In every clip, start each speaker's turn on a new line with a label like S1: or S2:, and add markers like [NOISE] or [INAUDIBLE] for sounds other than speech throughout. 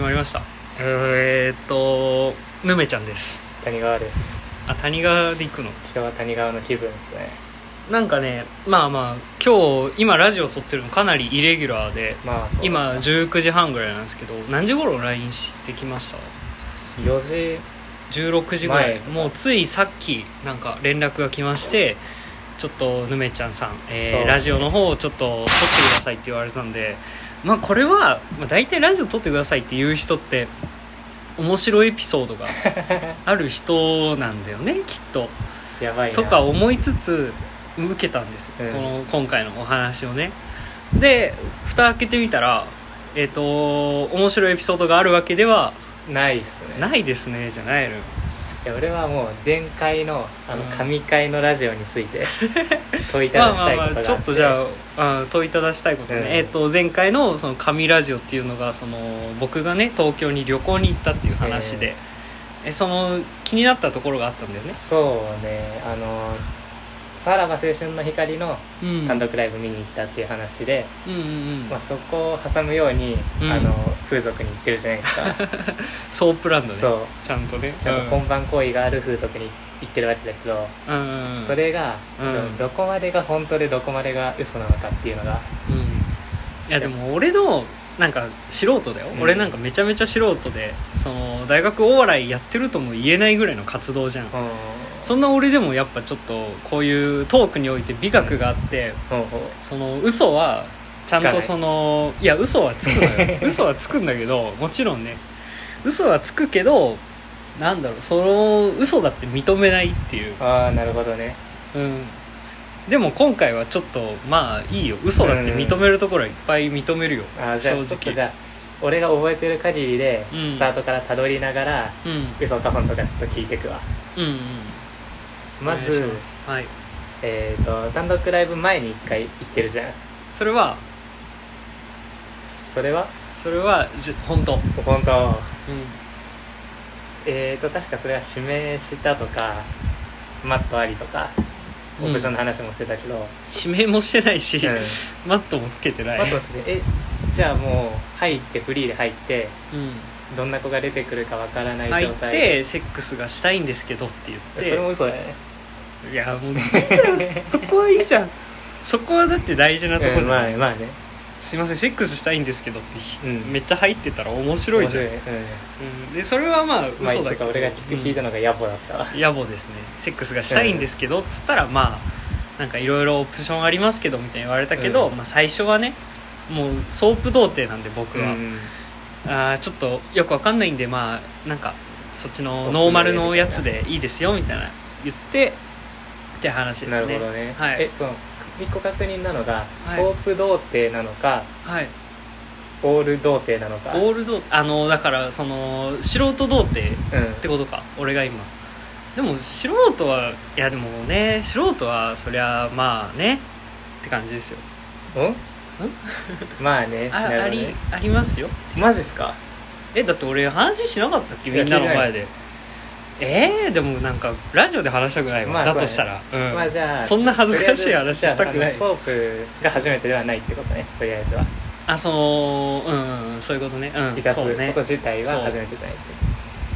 S1: まりましたえー、っとぬめちゃんです
S2: 谷川です
S1: あ谷川で行くの
S2: 今日は谷川の気分ですね
S1: なんかねまあまあ今日今ラジオ撮ってるのかなりイレギュラーで
S2: まあそう
S1: 今
S2: です
S1: 19時半ぐらいなんですけど何時頃 LINE してきました
S2: 4時
S1: 16時ぐらい
S2: 前
S1: もうついさっきなんか連絡が来ましてちょっとぬめちゃんさん、えー
S2: そう
S1: ラジオの方をちょっと撮ってくださいって言われたんでまあこれは、まあ、大体ラジオ撮ってくださいっていう人って面白いエピソー
S2: [LAUGHS]
S1: ドがある人なんだよねきっと
S2: やばいな
S1: とか思いつつ受けたんですよ、
S2: うん
S1: この今回のお話をねで蓋開けてみたらえっ、と面白いエピソードがあるわけでは
S2: ないっすね
S1: ないですねじゃないのよ
S2: いや俺はもう前回のあの
S1: うん
S2: 神回のラジオについ
S1: [LAUGHS]
S2: て問いた
S1: まあ
S2: だし
S1: ま
S2: た
S1: あ
S2: い
S1: まあ
S2: ことがあって
S1: ちょっとじゃああ問いただしたいことね、
S2: うん
S1: えっと前回のその神ラジオっていうのがその僕がね東京に旅行に行ったっていう話で、えその気になったところがあったんだよね、
S2: そうねあのさらば青春の光の
S1: うん、
S2: 単独ライブ見に行ったっていう話で、
S1: うんうんうん、
S2: まあ、そこを挟むように、
S1: うん
S2: あの風俗に行ってるじゃないです
S1: [LAUGHS]
S2: か
S1: ソープランドね
S2: そう
S1: ちゃんとね
S2: ちゃんと本番行為がある風俗に行ってるわけだけど、
S1: うんうんうん
S2: それが、
S1: うん
S2: どこまでが本当でどこまでが嘘なのかっていうのが
S1: うんいやでも俺のなんか素人だよ、
S2: うん
S1: 俺なんかめちゃめちゃ素人でその大学お笑いやってるとも言えないぐらいの活動じゃん、
S2: うん
S1: そんな俺でもやっぱちょっとこういうトークにおいて美学があって、
S2: ほうほう
S1: その嘘はちゃんとそのいや嘘はつくの
S2: [LAUGHS]
S1: よ嘘はつくんだけどもちろんね嘘はつくけどなんだろうその嘘だって認めないっていう、
S2: ああなるほどね
S1: うん、でも今回はちょっとまあいいよ嘘だって認めるところはいっぱい認めるよ、
S2: あーじ
S1: 正
S2: ゃあ
S1: 直
S2: ちょっとじゃあ俺が覚えてる限りで、
S1: うん
S2: スタートからたどりながら
S1: うん
S2: 嘘か本とかちょっと聞いてくわ
S1: うんうん
S2: ま
S1: お願いし
S2: ず
S1: すはい
S2: えっ、と単独ライブ前に一回行ってるじゃん
S1: それは
S2: それは
S1: それはじ本当、うん、
S2: 本当えっ、と確かそれは指名したとかマットありとかオプションの話もしてたけど、うん
S1: 指名もしてないし、マットもつけてない、
S2: マットですねえじゃあもう入ってフリーで入って
S1: うん
S2: どんな子が出てくるかわからない
S1: 入
S2: 状
S1: っ
S2: 態で
S1: てセックスがしたいんですけどって言って
S2: それも嘘だよね
S1: いやもういいじゃんそこはいいじゃんそこはだって大事なとこじゃ
S2: うん
S1: ん、
S2: まあまあね
S1: すいませんセックスしたいんですけどって、
S2: うん
S1: めっちゃ入ってたら面白いじゃん、
S2: 面白いね
S1: うんでそれはまあ
S2: うんまあ
S1: 嘘だけ
S2: ちょ
S1: ど
S2: っと俺が聞聞いたのが野暮だったわ、
S1: うん野暮ですねセックスがしたいんですけどっつったらまあなんかいろいろオプションありますけどみたいに言われたけど、
S2: うん
S1: まあ、最初はねもうソープ童貞なんで僕は、
S2: うん
S1: あーちょっとよくわかんないんでまあなんかそっちのノーマルのやつでいいですよみたいな言ってって話ですね
S2: なるほどね、
S1: はい
S2: えその一個確認なのが、
S1: はい
S2: ソープ童貞なのか
S1: はい
S2: オール童貞なのか
S1: オールドあのだからその素人童貞っ
S2: うん
S1: てことか俺が今でも素人はいやでもね素人はそりゃまあねって感じですよ
S2: うんまあね
S1: あ
S2: なる
S1: あ
S2: ほど
S1: り
S2: ね
S1: ありますよ
S2: マジっすか
S1: えだって俺話しなかったっけ
S2: いや
S1: みんなの前でえー、でもなんかラジオで話したくないわ、
S2: まあ
S1: だとしたら、うん
S2: まあじゃあ
S1: そんな恥ずかしい話したくない
S2: とりあえずじゃああのソープが初めてではないってことねとりあえずは
S1: あそのうんうんそういうことねうん
S2: 生かす
S1: そう
S2: こ
S1: ね
S2: と自体
S1: そう
S2: は初めてじゃないっ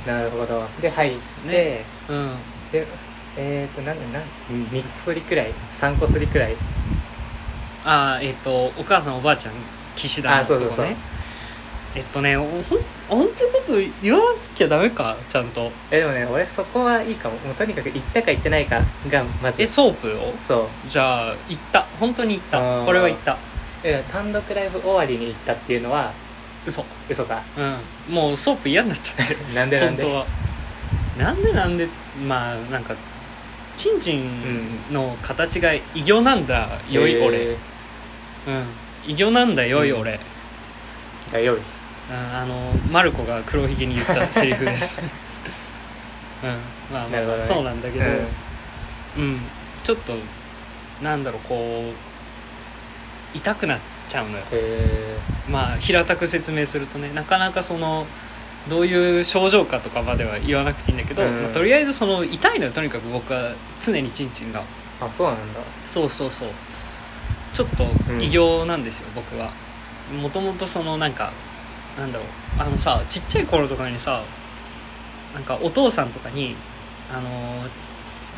S2: て、なるほどで
S1: そう
S2: 入っ
S1: です
S2: て、
S1: ねうん
S2: でえっ、ー、となんなん3個すりくらい3個すりくらい
S1: あーえっ、とお母さんおばあちゃん岸田の
S2: あ
S1: と
S2: そ
S1: こね
S2: うそうそう
S1: えっとねほん本当のこと言わなきゃダメかちゃんと
S2: えでもね俺そこはいいかももうとにかく行ったか行ってないかがまず
S1: えソープを
S2: そう
S1: じゃあ行った本当に行っ
S2: あ
S1: た
S2: ー
S1: これは行った
S2: え単独ライブ終わりに行ったっていうのは
S1: 嘘
S2: 嘘か
S1: うんもうソープ嫌になっちゃってる
S2: なんでなん
S1: 本
S2: で
S1: 当はなんでなんでまあなんかちんちんの形が異形なんだよい
S2: えー
S1: 俺、うん異形なんだよい俺、
S2: が良い
S1: ああのマルコが黒ひげに言ったセリフです
S2: [LAUGHS]
S1: うんまあ
S2: な
S1: ま
S2: る
S1: あ、
S2: ほどね
S1: そうなんだけど、うんちょっとなんだろうこう痛くなっちゃうのよ
S2: え
S1: まあ平たく説明するとねなかなかそのどういう症状かとかまでは言わなくていいんだけど、
S2: うん
S1: まあとりあえずその痛いのよとにかく僕は常にチンチンが
S2: ー、あそうなんだ
S1: そうそうそうちょっと
S2: うん
S1: 異形なんですよ、僕はもともとそのなんかなんだろうあのさちっちゃい頃とかにさなんかお父さんとかに「あのー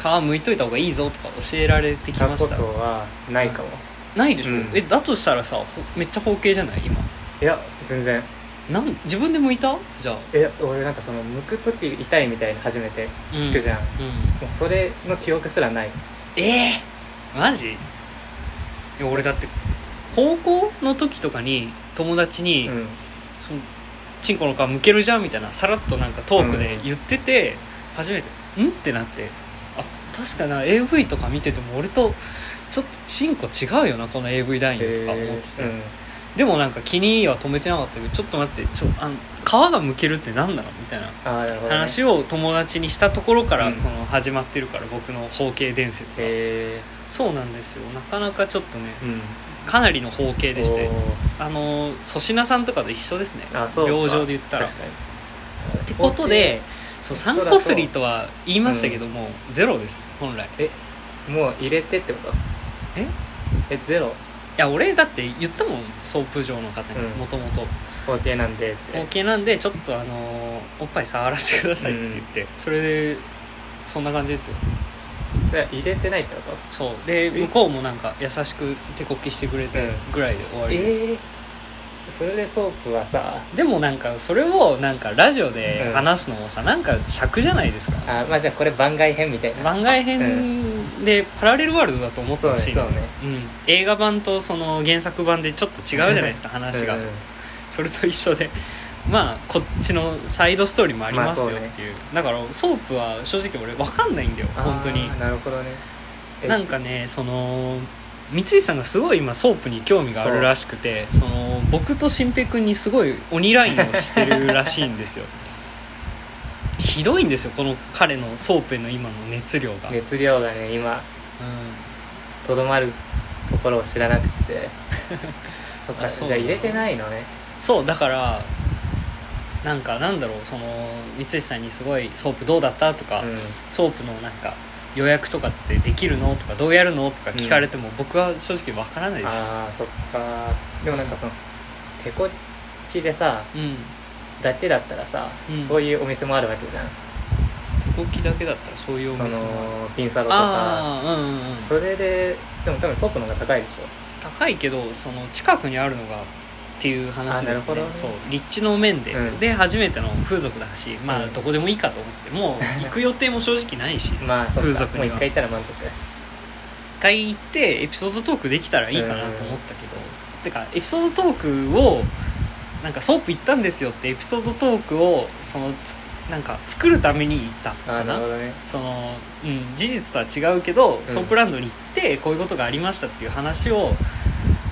S1: 皮むいといた方がいいぞ」とか教えられてき
S2: た
S1: ま
S2: こ
S1: し
S2: と
S1: た
S2: はないかも、
S1: ないでしょ、
S2: うん
S1: えだとしたらさほめっちゃ包茎じゃない今
S2: いや全然
S1: なん自分で剥いたじゃあ
S2: え俺なんかその剥く時痛いみたいな初めて聞くじゃん、も
S1: うん、
S2: うそれの記憶すらない
S1: ええマジいや俺だって高校の時とかに友達に、
S2: うん
S1: そのチンコの皮むけるじゃんみたいなさらっとなんかトークで言ってて、初めて「ん?」ってなってあ確かな AV とか見てても俺とちょっとチンコ違うよなこの AV 男優とか思ってて、
S2: へー
S1: でもなんか気には止めてなかったけどちょっと待ってちょあの皮がむけるって何なのみたいな
S2: うん、ああなるほど、ね、
S1: 話を友達にしたところか
S2: う
S1: ら
S2: ん
S1: その始まってるから僕の包茎伝説が
S2: へ
S1: そうなんですよなかなかちょっとね
S2: えうん
S1: かなりの包茎でして
S2: おー
S1: あの粗品さんとかと一緒ですね
S2: あそうか
S1: 病状で言ったら
S2: 確かに
S1: ってことでそう
S2: そう
S1: 3こすりとは言いましたけども、ゼロです本来い
S2: もう入れてってこと
S1: え
S2: えゼロ
S1: や俺だって言ったもんソープ場の方に
S2: うん
S1: もともと
S2: 合計なんでっ
S1: 「
S2: て
S1: OK なんでちょっとあのおっぱい触らせてください」って言って、それでそんな感じですよ
S2: それは入れてないってこと
S1: そうで向こうもなんか優しく手こきしてくれて
S2: うん
S1: ぐらいで終わりです、
S2: えそれでソープはさ
S1: でもなんかそれをなんかラジオで話すのもさ、なんか尺じゃないですか
S2: あまあじゃあこれ番外編みたいな
S1: 番外編でパラレルワールドだと思って
S2: そう
S1: ほ
S2: ね
S1: し
S2: そ
S1: いうの
S2: ね
S1: うん、映画版とその原作版でちょっと違うじゃないですか話が、
S2: うんうん
S1: それと一緒でまあこっちのサイドストーリーもありますよ
S2: まあそうね
S1: っていう,、だからソープは正直俺分かんないんだよ
S2: あー
S1: 本当に
S2: なるほどねえ
S1: なんかねその三井さんがすごい今ソープに興味があるらしくてその僕と新平君にすごい鬼ラインをしてるらしいん
S2: [LAUGHS]
S1: ですよひどいんですよこの彼のソープへの今の熱量が、
S2: 熱量がね今
S1: うん
S2: とどまるところを知らなく
S1: [LAUGHS]
S2: てそっか
S1: あ
S2: じ
S1: そ
S2: ゃ
S1: う
S2: あ
S1: なんだ
S2: 入れてないのね
S1: そうだからなんかなんだろうその三石さんにすごい「ソープどうだった?」とか、
S2: うん
S1: ソープのなんか予約とかってできるの?」とか「どうやるの?」とか聞かれても、僕は正直わからないです
S2: ああそっかでもなんかその手こきでさ
S1: うん
S2: だけだったらさ、
S1: うん
S2: そういうお店もあるわけじゃん
S1: 手こきだけだったらそういうお
S2: そ
S1: 店も
S2: のピンサロとか
S1: あるあーうんうんうん
S2: それででも多分ソープの方が高いでしょ
S1: 高いけどその近くにあるのがっていう話で
S2: あなる
S1: す
S2: ほ
S1: ね
S2: どね
S1: そう立地の面で、
S2: うん
S1: で初めての風俗だしまあ
S2: うん
S1: どこでもいいかと思っててもう行く予定も正直ないし、
S2: [LAUGHS] まあそ
S1: 風
S2: っか
S1: 俗
S2: もう
S1: に
S2: 一
S1: は
S2: 回行ったら満足
S1: 一回行ってエピソードトークできたらいいかなと思ったけど、てかエピソードトークをなんかソープ行ったんですよってエピソードトークをそのつなんか作るために行った
S2: あ
S1: か
S2: あなる
S1: な
S2: ほどね
S1: その、うん、事実とは違うけど、
S2: うん
S1: ソープランドに行ってこういうことがありましたっていう話を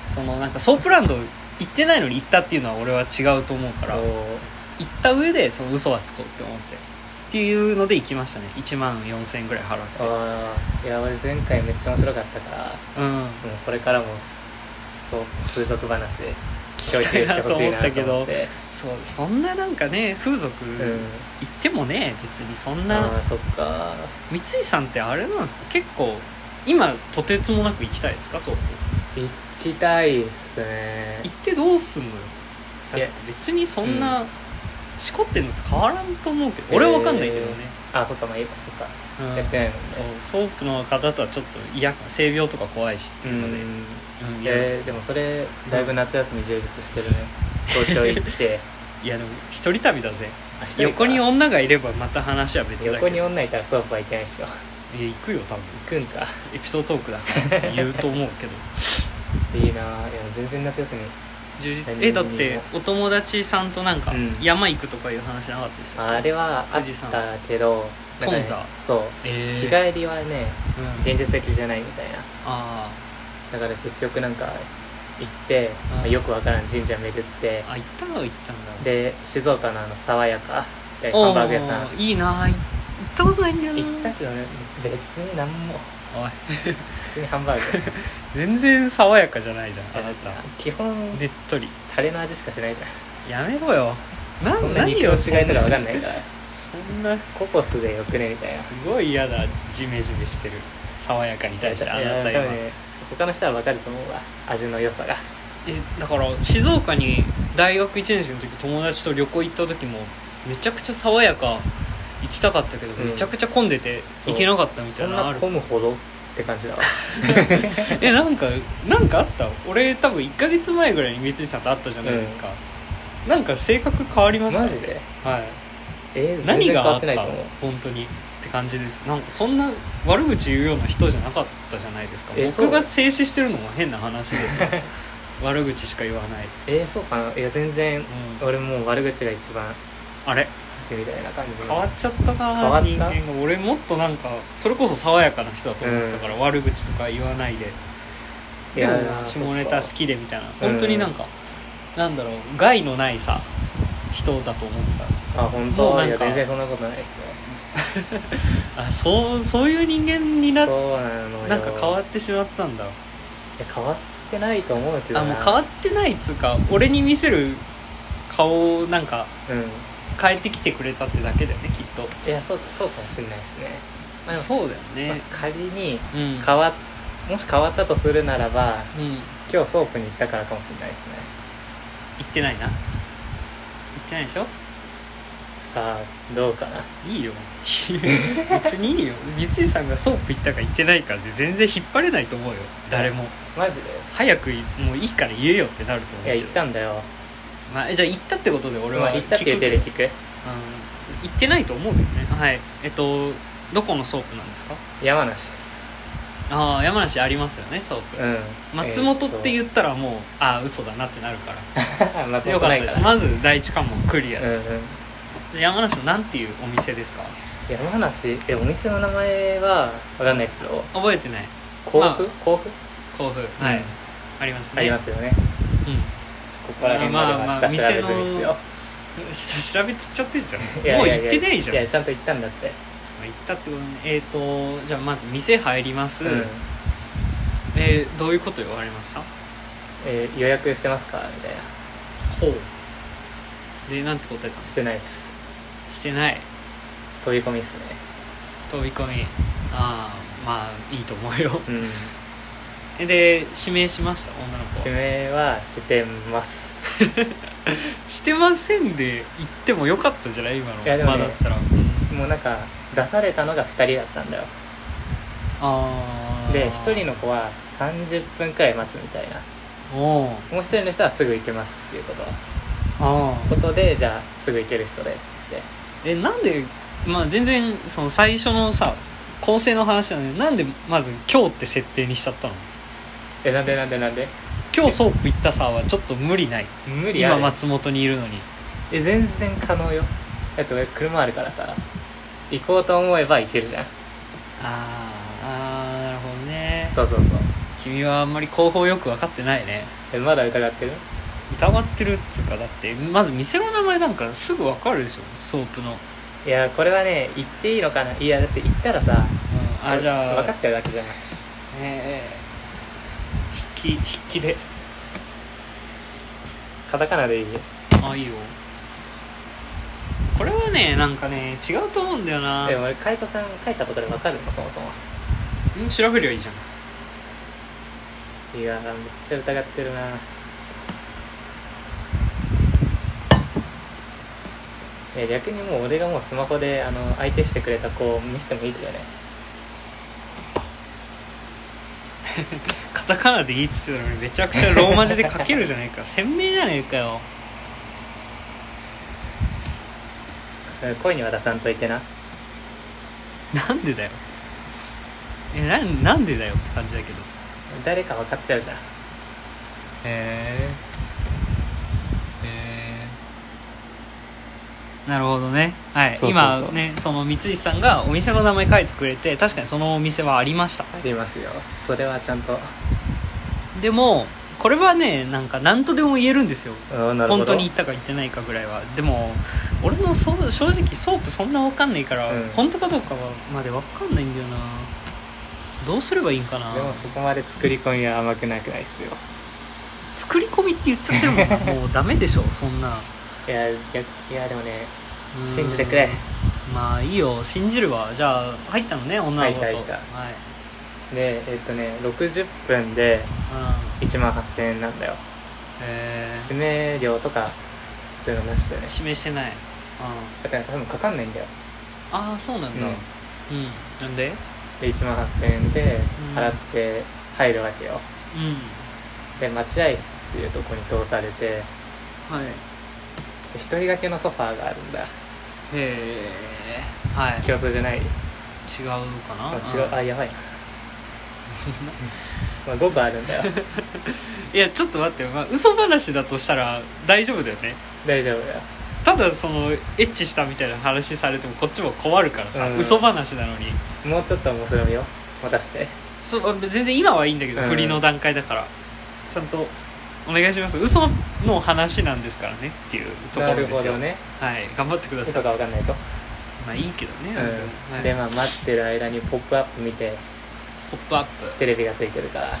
S1: そのなんかソープランド行ってないのに行ったっていうのは俺は違うと思うから
S2: お
S1: 行
S2: ー
S1: った上でその嘘はつこうって思ってっていうので行きましたね1万4000円ぐらい払って
S2: ああいや俺前回めっちゃ面白かったからも
S1: うん
S2: うこれからもそう風俗話
S1: 聞きたいなと思ったけど
S2: 共有してほしいなと思って
S1: そうそんななんかね風俗
S2: うん
S1: 行ってもね、別にそん
S2: あ
S1: な
S2: あそっか
S1: 三井さんってあれなんですか結構今とてつもなく行きたいですかそう
S2: 行きたいっすね
S1: 行ってどうすんのよだっ
S2: いや
S1: て別にそんな、
S2: うん
S1: しこってんのと変わらんと思うけど俺は分かんないけどね、
S2: あそっかまあいいかそっか
S1: うん
S2: やってないもんね
S1: そうソープの方とはちょっと嫌か性病とか怖いしっていうので、
S2: ん
S1: うんいや
S2: えー、でもそれだいぶ夏休み充実してるね東京行って
S1: [LAUGHS] いやでも一人旅だぜ
S2: あ一人か
S1: 横に女がいればまた話は別だ
S2: 横
S1: けど
S2: に女いたらソープはいけないでしょ
S1: いや行くよ多分
S2: 行くんか
S1: エピソードトークだからって言うと思うけど
S2: いいなぁいや全然夏休み
S1: 充実
S2: 何
S1: えだってお友達さんとなんか
S2: うん
S1: 山行くとかいう話なかったでしたっけ
S2: あれはあったけどなんかね
S1: 富山
S2: そう
S1: え
S2: 日
S1: ー
S2: 帰りはね
S1: うん
S2: 現実的じゃないみたいな
S1: あ
S2: だから結局なんか行って、
S1: うん
S2: まあよくわからん神社巡って
S1: ーあ行ったのは行ったんだ
S2: で静岡のあの爽やかで
S1: お
S2: ハンバーグ屋さん
S1: いいなぁい行ったことないんだよな
S2: 行ったけどね別に何も
S1: おい
S2: 普通にハンバーグ
S1: 全然爽やかじゃないじゃんあなた
S2: 基本
S1: ねっとり
S2: タレの味しかしないじゃ
S1: やめろよなん
S2: そんな
S1: 何
S2: 肉の
S1: よ
S2: 違いとかわかんないいから
S1: そんなす
S2: ココスでよくねみたいな
S1: ごい嫌だジメジメしてる爽やかに対してあなた
S2: いや
S1: 今
S2: 多分ね他の人はわかると思うわ味の良さが
S1: ええだから静岡に大学1年生の時友達と旅行行った時もめちゃくちゃ爽やか行きたかったけど、
S2: うん
S1: めちゃくちゃ混んでて
S2: そう
S1: 行けなかったみた
S2: そ
S1: い
S2: ん
S1: なのあ
S2: な
S1: る
S2: 混むほどって感じだわ
S1: えなんかなんかあった俺多分1か月前ぐらいに三井さんと会ったじゃないですか、なんか性格変わりました
S2: マジで
S1: はい、
S2: えー、全
S1: 何
S2: 然変
S1: が
S2: わ
S1: あ
S2: っ
S1: ってた
S2: ないと思う
S1: 本当にって感じですなんかそんな悪口言うような人じゃなかったじゃないですか
S2: えそう
S1: 僕が静止してるのも変な話ですよ
S2: [LAUGHS]
S1: 悪口しか言わない、うん、
S2: えー、そうかないや全然俺もう悪口が一番
S1: あれ
S2: 好きみたいな感じ
S1: 変わっちゃった
S2: 変わ
S1: な
S2: った
S1: 人間が俺もっとなんかそれこそ爽やかな人だと思ってたから、悪口とか言わないで
S2: い
S1: で
S2: や
S1: も
S2: ー
S1: 下ネタ好きでみたいな
S2: うん
S1: 本当になんか、なんだろう害のないさ人だと思って
S2: そっかあ
S1: も
S2: 本
S1: う
S2: 当
S1: なんか
S2: いや全然そんなことないですね
S1: たあそうそういう人間になっ
S2: そうなのよ
S1: なんか変わ
S2: っ
S1: ってしまったんだ
S2: 変わってないと思うけど
S1: あも
S2: な
S1: う変わってないっつうか俺に見せる顔をなんか
S2: うん
S1: 変えてきてくれたってだけだよねきっと、
S2: いやそうそうかもしれないですね、まあ、でも
S1: そうだよ
S2: まあ
S1: ね、
S2: 仮に
S1: うん
S2: 変わっもし変わったとするならば
S1: うん言
S2: 今日ソープに行ったからかもしれないですね
S1: ってないな言ってないでしょ
S2: さあどうかない
S1: いよ別にいいよ三井さんがソープ行ったか行ってないかで全然引っ張れないと思うよ誰も
S2: マジで
S1: 早くもういいから言えよってなると思う
S2: い
S1: け
S2: や
S1: ど
S2: 行ったんだよ
S1: まあ、じゃあ行ったってことで俺
S2: 俺は
S1: は
S2: 行ったっていう手
S1: けど
S2: で聞く
S1: うん行ってないと思うけどねはいえっとどこのソープなんですか
S2: 山梨です
S1: ああ山梨ありますよねソープ、
S2: うん
S1: 松本って
S2: う、
S1: 言ったらもう、ああ嘘だなってなるから
S2: えーっと [LAUGHS] 松
S1: よ
S2: 本
S1: かっ
S2: な
S1: た
S2: い
S1: で
S2: か
S1: す
S2: ら
S1: まず第一関門クリア
S2: うんう
S1: で
S2: ん
S1: す、山梨のなんていうお店ですか
S2: 山梨えお店の名前は分かんないけど
S1: 覚えてない
S2: 甲
S1: ま
S2: 府甲府
S1: 甲府はい、
S2: うん
S1: ありますね
S2: ありますよね
S1: う
S2: ここら辺までは下調べ済みですよ、
S1: ん下調べつっちゃってんじゃん
S2: いや
S1: もう
S2: いや
S1: 行ってないじゃん
S2: いやちゃんと行ったんだって
S1: まあ行ったってことねえっ、とじゃあまず店入ります、
S2: うん
S1: えーどういうこと言われました
S2: えー予約してますかみたいな
S1: ほうでなんて答えたんです
S2: して
S1: い
S2: ないです
S1: してない
S2: 飛び込みっすね
S1: 飛び込みああまあいいと思うよ [LAUGHS]
S2: うん
S1: えで指名しました女の子
S2: 指
S1: は
S2: 名はしてます
S1: してませんで行ってもよかったじゃない今の
S2: いやでもね
S1: まあだったら、うん
S2: もうなんか出されたのが2人だったんだよ
S1: ああ
S2: で1人の子は30分くらい待つみたいな
S1: のおう
S2: もう1人の人はすぐ行けますっていうこと
S1: ああ
S2: ことでじゃあすぐ行ける人でっつって
S1: えなんでまあ全然その最初のさ構成の話なんでなんでまず今日って設定にしちゃったの
S2: えなんでなんでなんで
S1: 今日ソープ行ったさはちょっと無理ない
S2: 無理あ
S1: 今
S2: る
S1: 松本にいるのに
S2: え全然可能よだって俺車あるからさ行こうと思えば行けるじゃん
S1: あーあーなるほどね
S2: そうそうそう
S1: 君はあんまり広報よく分かってないね
S2: えまだ疑ってる
S1: 疑ってるっつうかだってまず店の名前なんかすぐ分かるでしょソープの、うん、
S2: いやこれはね行っていいのかないやだって行ったらさ
S1: あじゃあ
S2: 分かっちゃうだけじゃない
S1: えー、筆記筆記で
S2: カタカナでいい
S1: あいいよこれはねなんかね違うと思うんだよな
S2: でも俺海斗さん書いたことで分かるのそもそも
S1: うん調べりゃいいじゃん
S2: いやーめっちゃ疑ってるなえ逆にもう俺がもうスマホであの相手してくれた子を見せてもいいけどね
S1: カタカナでいいっつってたのにめちゃくちゃローマ字で書けるじゃ [LAUGHS] ないか鮮明じゃねえかよ
S2: うん声には出さんといてな
S1: なんでだよえななんでだよって感じだけど
S2: 誰か分かっちゃうじゃん
S1: へえへえなるほどねはい
S2: そうそうそう
S1: 今ねその三井さんがお店の名前書いてくれて確かにそのお店はありました
S2: ありますよそれはちゃんと
S1: でもこれはねなんか何とでも言えるんですよ
S2: うんなるほど
S1: 本当に行ったか行ってないかぐらいはでも俺もそう正直ソープそんな分かんないから、
S2: うん
S1: 本当かどうかはまで分かんないんだよなどうすればいいんかな
S2: でもそこまで作り込みは甘くなくないっすよ
S1: 作り込みって言っちゃってるもん
S2: [LAUGHS]
S1: もうダメでしょそんない
S2: や逆いやでもね
S1: うん
S2: 信じてくれ
S1: まあいいよ信じるわじゃあ入ったのね女の子と
S2: 入った入っ
S1: はい
S2: でえっとね60分で
S1: うん
S2: 1万8000円なんだよ
S1: え
S2: 指名料とかそういうのなしだよね
S1: 指名してない、うん、
S2: だから多分かかんないんだよ、
S1: ああそうなんだ、うんなんで
S2: で1万8000円で
S1: うん
S2: 払って入るわけよ、
S1: うん
S2: で待合室っていうとこに通されて
S1: はいへ
S2: で一人掛けのソファーがあるんだ
S1: えはい
S2: 共通じゃない
S1: 違うかな
S2: あ違うあやばい [LAUGHS] なまあ5個あるんだ
S1: [LAUGHS]
S2: よ
S1: いやちょっと待ってよ、まあ、嘘話だとしたら大丈夫だよね
S2: 大丈夫だよ
S1: ただそのエッチしたみたいな話されてもこっちも困るからさ、
S2: うん
S1: 嘘話なのに
S2: もうちょっと面白みを持たせて
S1: そう全然今はいいんだけど、
S2: うん
S1: 振りの段階だからちゃんとお願いします嘘の話なんですからねっていうとこ
S2: な
S1: ろで
S2: る
S1: すよ
S2: ほどね
S1: はい頑張ってくださ
S2: 嘘
S1: い
S2: かわかんないぞ、
S1: まあいいけどね、本当に
S2: うん、
S1: はい
S2: でまあ待ってる間に「ポップアップ見て
S1: ポップアッ
S2: テレビがついてるから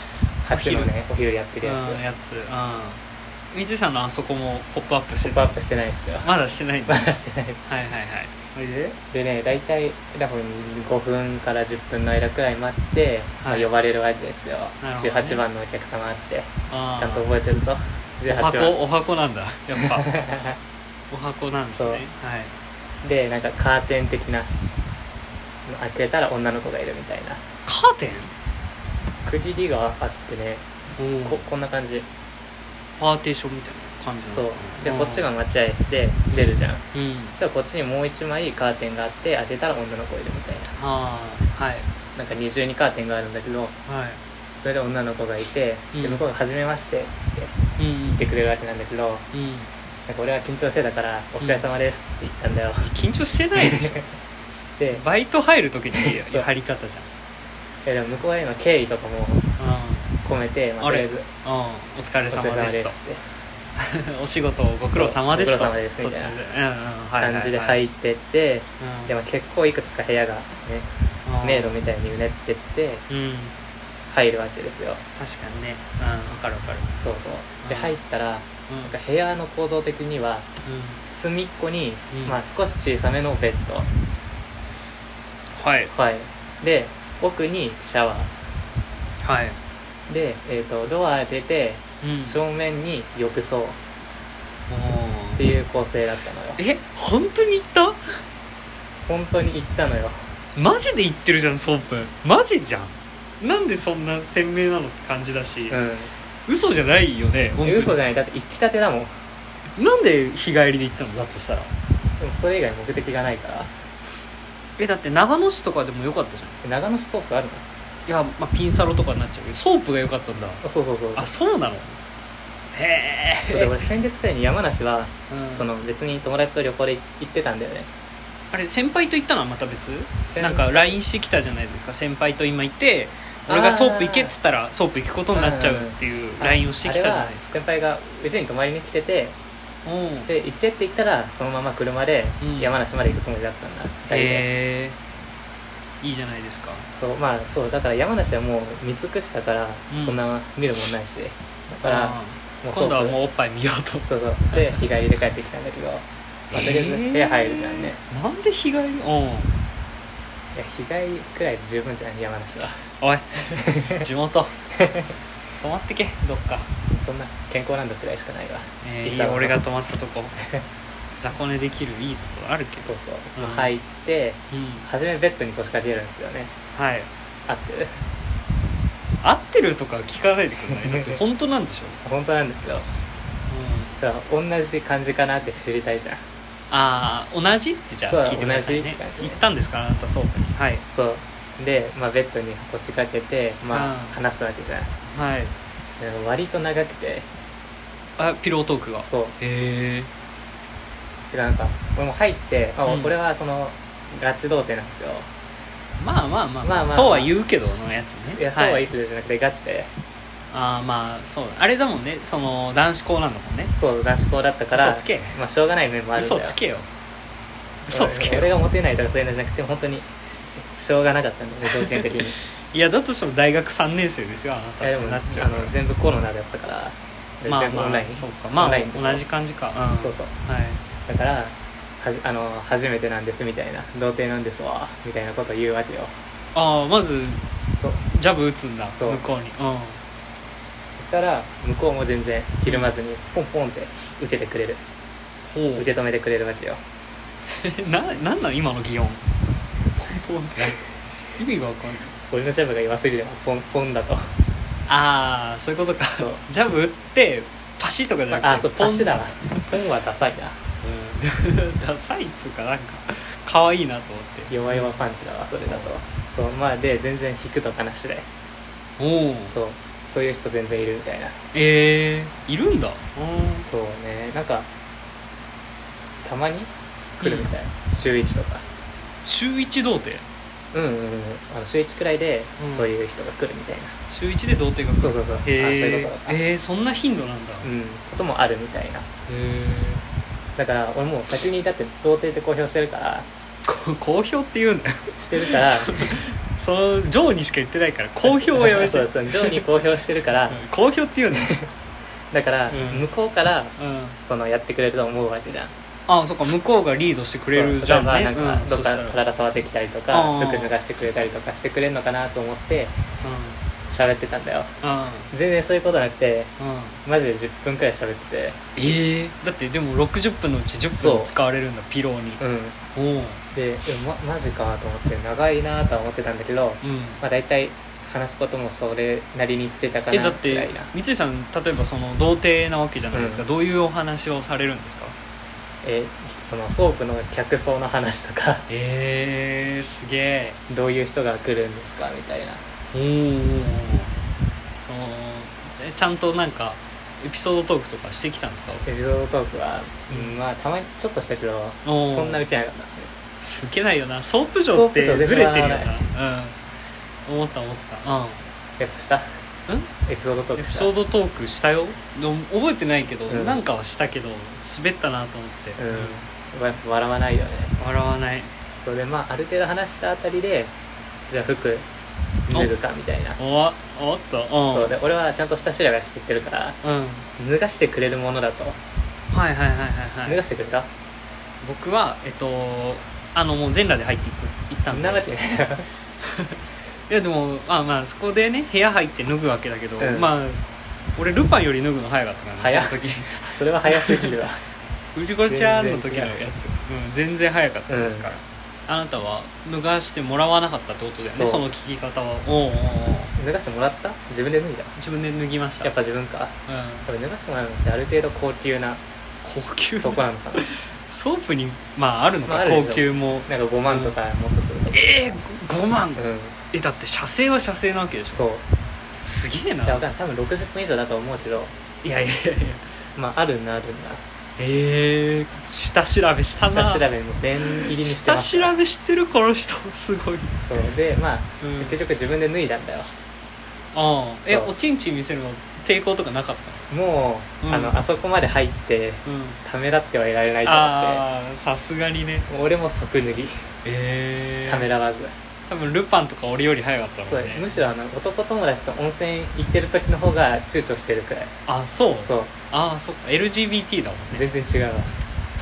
S2: 初のねお昼やって
S1: プ
S2: るやつ
S1: うんやつうん三井さんのあそこもポップアップし
S2: ポ
S1: て
S2: ップ
S1: た
S2: アップしてないですよ
S1: まだしてないんだ
S2: [LAUGHS] ま
S1: はい
S2: だしてない
S1: はいはいおいで
S2: でね大体多分5分から10分の間くらい待って、まあ
S1: はい
S2: 呼ばれるわけですよ、
S1: なるほどね
S2: 18番のお客様あって
S1: あ
S2: ち
S1: ー
S2: ゃんと覚えてるぞ
S1: お
S2: 18
S1: 箱
S2: 番
S1: お箱なん
S2: [LAUGHS]
S1: だやっぱお箱なんですねはい
S2: でなんかカーテン的な開けたら女の子がいるみたいな
S1: カーテ
S2: 区切りがあってね
S1: ン
S2: こ
S1: こ
S2: こんな感じ
S1: パーテーションみたいな感じなの
S2: そうで
S1: うん
S2: こっちが待合室で出るじゃん
S1: うん
S2: そしたらこっちにもう一枚カーテンがあって開けたら女の子いるみたいな
S1: あーはい
S2: なんか二重にカーテンがあるんだけど
S1: はい
S2: それで女の子がいて、
S1: うん
S2: で向こうが「初めまして」って
S1: うん
S2: 言ってくれるわけなんだけど
S1: うん
S2: なんか俺は緊張してたから「お疲れ様です」って言ったんだよ、
S1: 緊張してないでしょ
S2: [LAUGHS] で
S1: バイト入る時に
S2: そう
S1: やり方じ
S2: えでも向こうへの敬意とかも
S1: ゃん
S2: 込めて、まあ、
S1: あ
S2: とりあ
S1: れ
S2: えず
S1: うんうんお疲
S2: 「お
S1: れ
S2: 疲
S1: 様
S2: れ様
S1: で
S2: です」
S1: す
S2: っ
S1: と
S2: て
S1: [LAUGHS] お仕事ご苦労様ですと
S2: そうご苦労様ですみたいな
S1: 途中でうんうんはいはいはい
S2: 感じで入ってって
S1: うん
S2: でも結構いくつか部屋がね
S1: うん
S2: 迷路みたいにうねってって
S1: うん
S2: 入るわけですよ
S1: 確かにねうんわかるわかる
S2: そうそうで
S1: うん
S2: 入ったら
S1: うん
S2: なんか部屋の構造的には
S1: うん
S2: 隅っこに、
S1: うん
S2: まあ、少し小さめのベッド
S1: はい
S2: はいで奥にシャワ
S1: はい
S2: ーで、えー、とドア開けて
S1: うん
S2: 正面に浴槽っ
S1: お
S2: て
S1: ー
S2: いう構成だったのよ
S1: え本当に行った
S2: 本当に行ったのよ
S1: マジで言ってるじゃんソープマジじゃんなんでそんな鮮明なのって感じだし、
S2: う
S1: 嘘じゃないよね本
S2: ん嘘
S1: 当
S2: じゃないだって行きたてだもんで
S1: になんで日帰りで行ったのだとしたら
S2: もそれ以外目的がないから
S1: えだって長野市とかでもよかったじゃ
S2: 長野市ソープあるの
S1: んいや、まあ、ピンサロとかになっちゃうけどソープが良かったんだ
S2: あそうそうそう
S1: あそうなのへ
S2: そうで
S1: え、
S2: 俺先月くらいに山梨は、
S1: うん
S2: その別に友達と旅行で行ってたんだよね
S1: あれ先輩と行ったのはまた別
S2: 先
S1: なんか LINE してきたじゃないですか先輩と今いて俺がソープ行けっつったらソープ行くことになっちゃうっていう LINE をしてきたじゃないですか
S2: あれは先輩がうちに泊まりに来てて
S1: うんへ
S2: で行ってって言ったらそのまま車で
S1: うん
S2: 山梨まで行くつもりだったんだ、二人で
S1: えいいじゃないですか
S2: そうまあそうだから山梨はもう見尽くしたから、
S1: うん
S2: そんな見るもんないしだから
S1: あー
S2: もう
S1: 今度はも
S2: う
S1: うおっぱい見ようと
S2: そうそうで日帰りで帰ってきたんだけど、まあ、とりあえず部屋入るじゃんね、
S1: えーなんで日帰りうん
S2: いや日帰りくらいで十分じゃない山梨は
S1: お
S2: [LAUGHS]
S1: い地元泊まってけどっか、
S2: そんな健康なんだくらいしかないわ
S1: えー
S2: い
S1: い
S2: い
S1: い
S2: ぞ
S1: よ俺が泊まったとこ雑魚寝できるいいところあるけ
S2: そ
S1: ど
S2: うそう、
S1: うん
S2: 入って
S1: うん
S2: 初めベッドに腰掛けるんですよね
S1: はい
S2: 合ってる
S1: 合ってるとか聞かないでくだ
S2: [LAUGHS]
S1: さいだって本当なんでしょ、
S2: 本当なんだけどだから同じ感じかなって知りたいじゃん
S1: ああ同じってじゃ
S2: そう
S1: あ聞いてくださいね
S2: 同じって感
S1: 行
S2: じね
S1: ったんですかあなたソープにはい
S2: そうで、まあ、ベッドに腰掛けて、まあ、
S1: うん
S2: 話すわけじゃん
S1: はい
S2: で割と長くて
S1: あピロートークが
S2: そう
S1: へえ
S2: てかなんか俺も入って、まあ
S1: うん
S2: 俺はそのガチ童貞なんですよ
S1: まあまあまあ、
S2: まあまあまあ
S1: そうは言うけどのやつね
S2: いやそうはい
S1: い
S2: いつじゃなくてガチで
S1: ああまあそうだあれだもんねその男子校なんだもんね
S2: そう男子校だったから
S1: 嘘つけ
S2: まあ、しょうがない面もあるんだ
S1: 嘘
S2: よ
S1: つけよ嘘つけ
S2: 俺俺
S1: よ
S2: がモテないとかそういうのじゃなくて本当にしょうがなかった
S1: [LAUGHS]
S2: んだよね条件的にい
S1: いやだとしても大学3年生ですよあなた
S2: やで
S1: っ
S2: も
S1: てなっちゃ
S2: あ
S1: うから
S2: の全部コロナだったからで
S1: まあ
S2: 全部
S1: ま
S2: オンライン
S1: あそうかま
S2: オン
S1: あ
S2: ラインでしょ
S1: 同じ感じかうん
S2: そうそう
S1: はい
S2: だからはじあの初めてなんですみたいな童貞なんですわみたいなこと言うわけよ
S1: ああまず
S2: そう
S1: ジャブ打つんだ
S2: そう
S1: 向こうにうん
S2: たら向こうも全然ひるまずにポンポンって打ててくれる
S1: ほう
S2: 受け止めてくれるわけよ
S1: えななんなん今の擬音ポンポンって [LAUGHS] 意味がわかんない
S2: 俺のジャブが弱すぎてもポンポンだと
S1: ああそういうことか
S2: そう
S1: ジャブ打ってパシッとかじゃなくて
S2: あそう
S1: ポン
S2: パシだわポンはダサいな
S1: うん [LAUGHS] ダサいっつうかなんか可愛いなと思って
S2: 弱々パンチだわそれだとそうまあで全然引くとかなしで
S1: おお
S2: そうそういう人全然いるみたいな
S1: えー、いるんだ
S2: そうねなんかたまに来るみたい、週1とか
S1: 週一童貞
S2: うんうんうんあの週1くらいで
S1: うん
S2: そういう人が来るみたいな、
S1: 週一で童貞が来る
S2: そうそうそう、あそうい
S1: へ
S2: う
S1: ー
S2: ことだ
S1: えー、そんな頻度なんだ
S2: うんこともあるみたいな
S1: え
S2: だから俺もう先にだって童貞って公表してる
S1: [LAUGHS]
S2: から
S1: こ好評って言うなよ
S2: してるから
S1: そのジョーにしか言ってない
S2: [LAUGHS]
S1: から好評はやめて
S2: そうそうジョーに公表してるから
S1: うん好評って言うなよ、
S2: だから
S1: うん
S2: 向こうから
S1: うん、
S2: そのやってくれると思うわけじゃん
S1: あそっか向こうがリードしてくれるじゃん
S2: そう例え
S1: ね
S2: ばなん
S1: う
S2: か
S1: ん
S2: ど
S1: そし
S2: っ
S1: た
S2: から
S1: うん
S2: 体触ってきたりと
S1: あ
S2: か
S1: ー
S2: 服脱がしてくれたりとかしてくれるのかなと思って喋ってたんだよ全然そういうことなくて
S1: うんうん
S2: マジで10分くらい喋って
S1: ええだってでも60分のうち10
S2: そ
S1: 分
S2: う
S1: 使われるんだピローに
S2: てうん
S1: おおう
S2: でえまマジかと思って長いなとは思ってたんだけど
S1: うん
S2: まあ大体話すこともそれなりについたか
S1: え
S2: な
S1: だっ
S2: みた
S1: て
S2: いな
S1: 三井さん例えばその童貞なわけじゃないですか、
S2: うん
S1: どういうお話をされるんですか
S2: えそのソープの客層の話とか [LAUGHS]
S1: ええすげえ
S2: どういう人が来るんですかみたいな
S1: おおそのえちゃんとなんかエピソードトークとかしてきたんですか
S2: エピソードトークは、
S1: うん
S2: うんまあたまにちょっとしたけど
S1: おー
S2: そんな受けなかったですね
S1: 受けないよなソープ嬢って
S2: ソープ嬢
S1: ずれてるよ
S2: 出てこ
S1: なうん思った思ったうん
S2: やっぱした
S1: ん
S2: エピソードト
S1: エ
S2: ーク
S1: ピ
S2: した
S1: ソードトークしたよでも覚えてないけど、
S2: うん
S1: なんかはしたけど滑ったなと思って、
S2: うんやっぱ笑わないよね
S1: 笑わない
S2: それでまあある程度話したあたりでじゃあ服脱ぐかみたいな
S1: おわおっと
S2: そう
S1: う
S2: で俺はちゃんと下調べはしてってるから
S1: んうん
S2: 脱がしてくれるものだと、
S1: はいはいはいはい
S2: 脱
S1: は
S2: が
S1: い
S2: してくれた
S1: 僕はえっとあのもう全裸で入っていく行ったん
S2: ん
S1: で
S2: なわけない
S1: いやでもまあまあそこでね部屋入って脱ぐわけだけど、
S2: うん
S1: まあ俺ルパンより脱ぐの早かったからね
S2: 早っ
S1: その時
S2: [LAUGHS]
S1: [LAUGHS]
S2: それは早すぎるわ
S1: ウジコちゃんの時のやつうん、全然早かったですから、あなたは脱がしてもらわなかったってことだよね
S2: そう
S1: その聞き方はおうおうおう
S2: [LAUGHS] 脱がしてもらった自分で脱いだ
S1: 自分で脱ぎました
S2: やっぱ自分か
S1: う、
S2: これ脱がしてもらうのってある程度高級なん
S1: 高級
S2: とこなの [LAUGHS] か
S1: ソープにまああるのか、
S2: まああるでしょ
S1: 高級も
S2: ななんか5万とかもっとするとか
S1: えー、5万
S2: うん
S1: えだって射精は射精なわけでしょ
S2: そう
S1: すげえない
S2: やわかんない多分60分以上だと思うけど
S1: いやいやいや
S2: まああるなあるな
S1: えー、下調べしたな
S2: 下調べも弁入りにして
S1: 下
S2: ます
S1: 調べしてるこの人すごい、うん、
S2: そうでまあ結局自分で脱いだんだよ
S1: ああえ
S2: そう
S1: おちんちん見せるの抵抗とかなかっ
S2: もう、
S1: うん
S2: あのあそこまで入って
S1: たの、うん、
S2: ためらってはいられないと思
S1: ああさすがにね
S2: ってもう俺も即脱ぎ
S1: え
S2: ためらわず、
S1: 多分ルパンとか俺より早かった
S2: そ
S1: も
S2: うん
S1: ね
S2: むしろあの男友達と温泉行ってる時の方が躊躇してるくらい
S1: あそう
S2: そう
S1: ああそっか LGBT だもんね
S2: 全然違うわ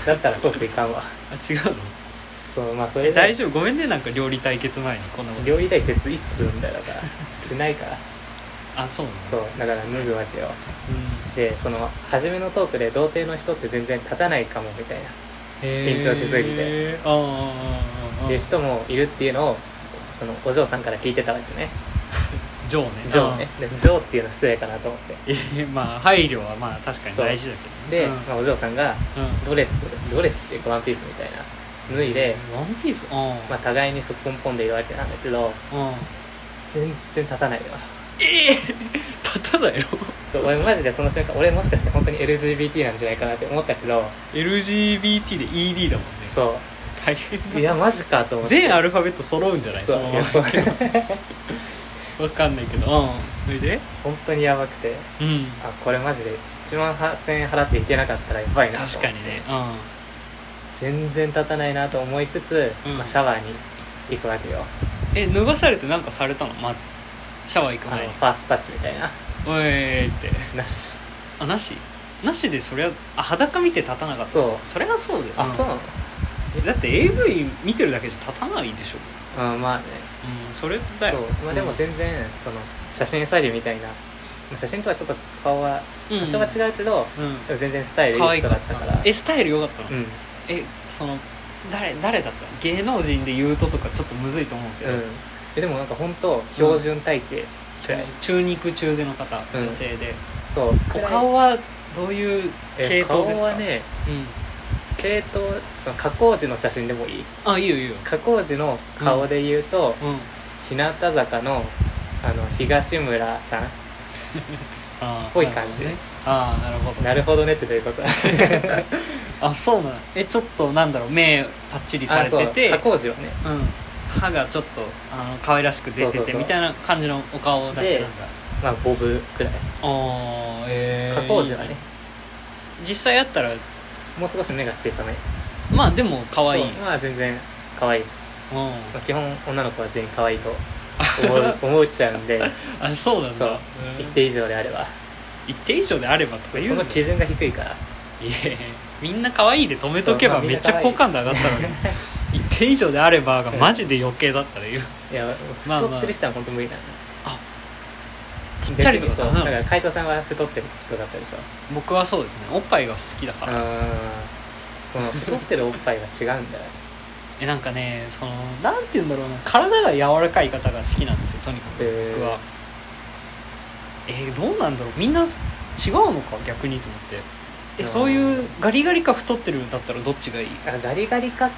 S2: だったら即いかん
S1: あ
S2: わ
S1: 違うの
S2: そうまあそれで
S1: 大丈夫ごめんねなんか料理対決前にこんなこと
S2: 料理対決いつするんだよだからしないから
S1: あそうなの
S2: そうだから脱ぐわけよでその初めのトークで童貞の人って全然立たないかもみたいな緊張しすぎて
S1: てあーあーあーあ
S2: っていう人もいるっていうのをそのお嬢さんから聞いてたわけね
S1: ージョーね
S2: ジョーねでジョーっていうの失礼かなと思って
S1: あーえ [LAUGHS] ーまあ配慮はまあ確かに大事だけど
S2: で、
S1: うん
S2: まあ、お嬢さんがドレスドレスっていうかワンピースみたいな脱
S1: うん
S2: いで、
S1: ワンピースうん
S2: まあ、互いにすっぽんぽんでいるわけなんだけど
S1: うん
S2: 全然立たないよ
S1: ええ立たないよ [LAUGHS]
S2: そう俺マジでその瞬間俺もしかして本当に LGBT なんじゃないかなって思ったけど
S1: LGBT で ED だもんね
S2: そ
S1: 大変
S2: う
S1: だ
S2: いやマジかと思って
S1: 全アルファベット揃うんじゃない
S2: そう
S1: の
S2: い
S1: ま
S2: やそう
S1: まわかんないけどうんそれで
S2: [LAUGHS] 本当にやばくて
S1: うん
S2: あこれマジで1万8000円払っていけなかったらやばいなと
S1: 確かにねうん
S2: 全然立たないなと思いつつ、
S1: うん
S2: まあ、シャワーに行くわけよ
S1: え脱がされてなんかされたのまずシャワー行く
S2: あの
S1: 前に
S2: ファーストタッチみたいな
S1: おえーって
S2: なし
S1: あなしなしでそりゃあ裸見て立たなかった
S2: そう
S1: それはそうだよ
S2: あ、そうな
S1: うんだって AV 見てるだけじゃ立たないでしょ
S2: のうんまあね
S1: うんそれだよ
S2: そうまあでも全然、その写真詐欺みたいなまあ写真とはちょっと顔は
S1: うん
S2: 多少は違うけど、
S1: うん
S2: でも全然スタイルい
S1: 可
S2: い
S1: 愛
S2: 人
S1: かっ
S2: だった
S1: た
S2: から
S1: えスタイル良かったの、
S2: うん、
S1: えその誰誰だったの芸能人で言うととかちょっとむずいと思うけど、
S2: うん、えでもなんか本当標準体型くらい、
S1: 中肉中背の方
S2: うん
S1: 女性で、
S2: そう
S1: お
S2: くらい
S1: 顔はどういう系
S2: え
S1: 統ですか
S2: 顔はね
S1: うん、
S2: 系統その加工時の写真でもいい
S1: あいいよいいよ
S2: 加工時の顔で言うと、
S1: うん
S2: 日向坂のあの東村さん
S1: あー
S2: ぽい感じ
S1: なるほどねああなるほど
S2: なるほどねってどういう
S1: [LAUGHS]
S2: こと
S1: あそうなのえちょっとなんだろう目パッチリされてて
S2: あそう加工時はね
S1: うん、歯がちょっとあの可愛らしく出て
S2: そうそう
S1: て
S2: そう
S1: みたいな感じのお顔を出してるんだ
S2: まあボブくらい
S1: ああえ
S2: 加工時はね
S1: 実際あったら
S2: もう少し目が小さめ
S1: まあでも可愛い
S2: そうまあ全然可愛いです、
S1: うん
S2: まあ、基本女の子は全員可愛いと
S1: [LAUGHS]
S2: 思う思っちゃうんで
S1: あそうなんだ
S2: そう
S1: うん
S2: 一定以上であれば
S1: 一定以上であればとか
S2: そ
S1: 言う
S2: の
S1: の
S2: 基準が低いから
S1: いえみんな可愛いで止めとけば
S2: そうまあ
S1: めっちゃ好感度上がった [LAUGHS] のに一定以上であればがマジで余計だったら言う
S2: いや
S1: まあまあ
S2: 太ってる人は本当無理なの
S1: ぽっちゃりとか
S2: そ
S1: ダ
S2: う
S1: メ
S2: だ
S1: な
S2: か
S1: の
S2: ら海藤さんは太ってる人だったでしょ
S1: 僕はそうですねおっぱいが好きだから
S2: あーその太ってるおっぱいは違うんだよ
S1: えなんかねそのなんて言うんだろうな体が柔らかい方が好きなんですよとにかく
S2: へー
S1: 僕はえーどうなんだろうみんなす違うのか逆にと思ってえ
S2: あー
S1: そういうガリガリか太ってるんだったらどっちがいい
S2: あガリガリか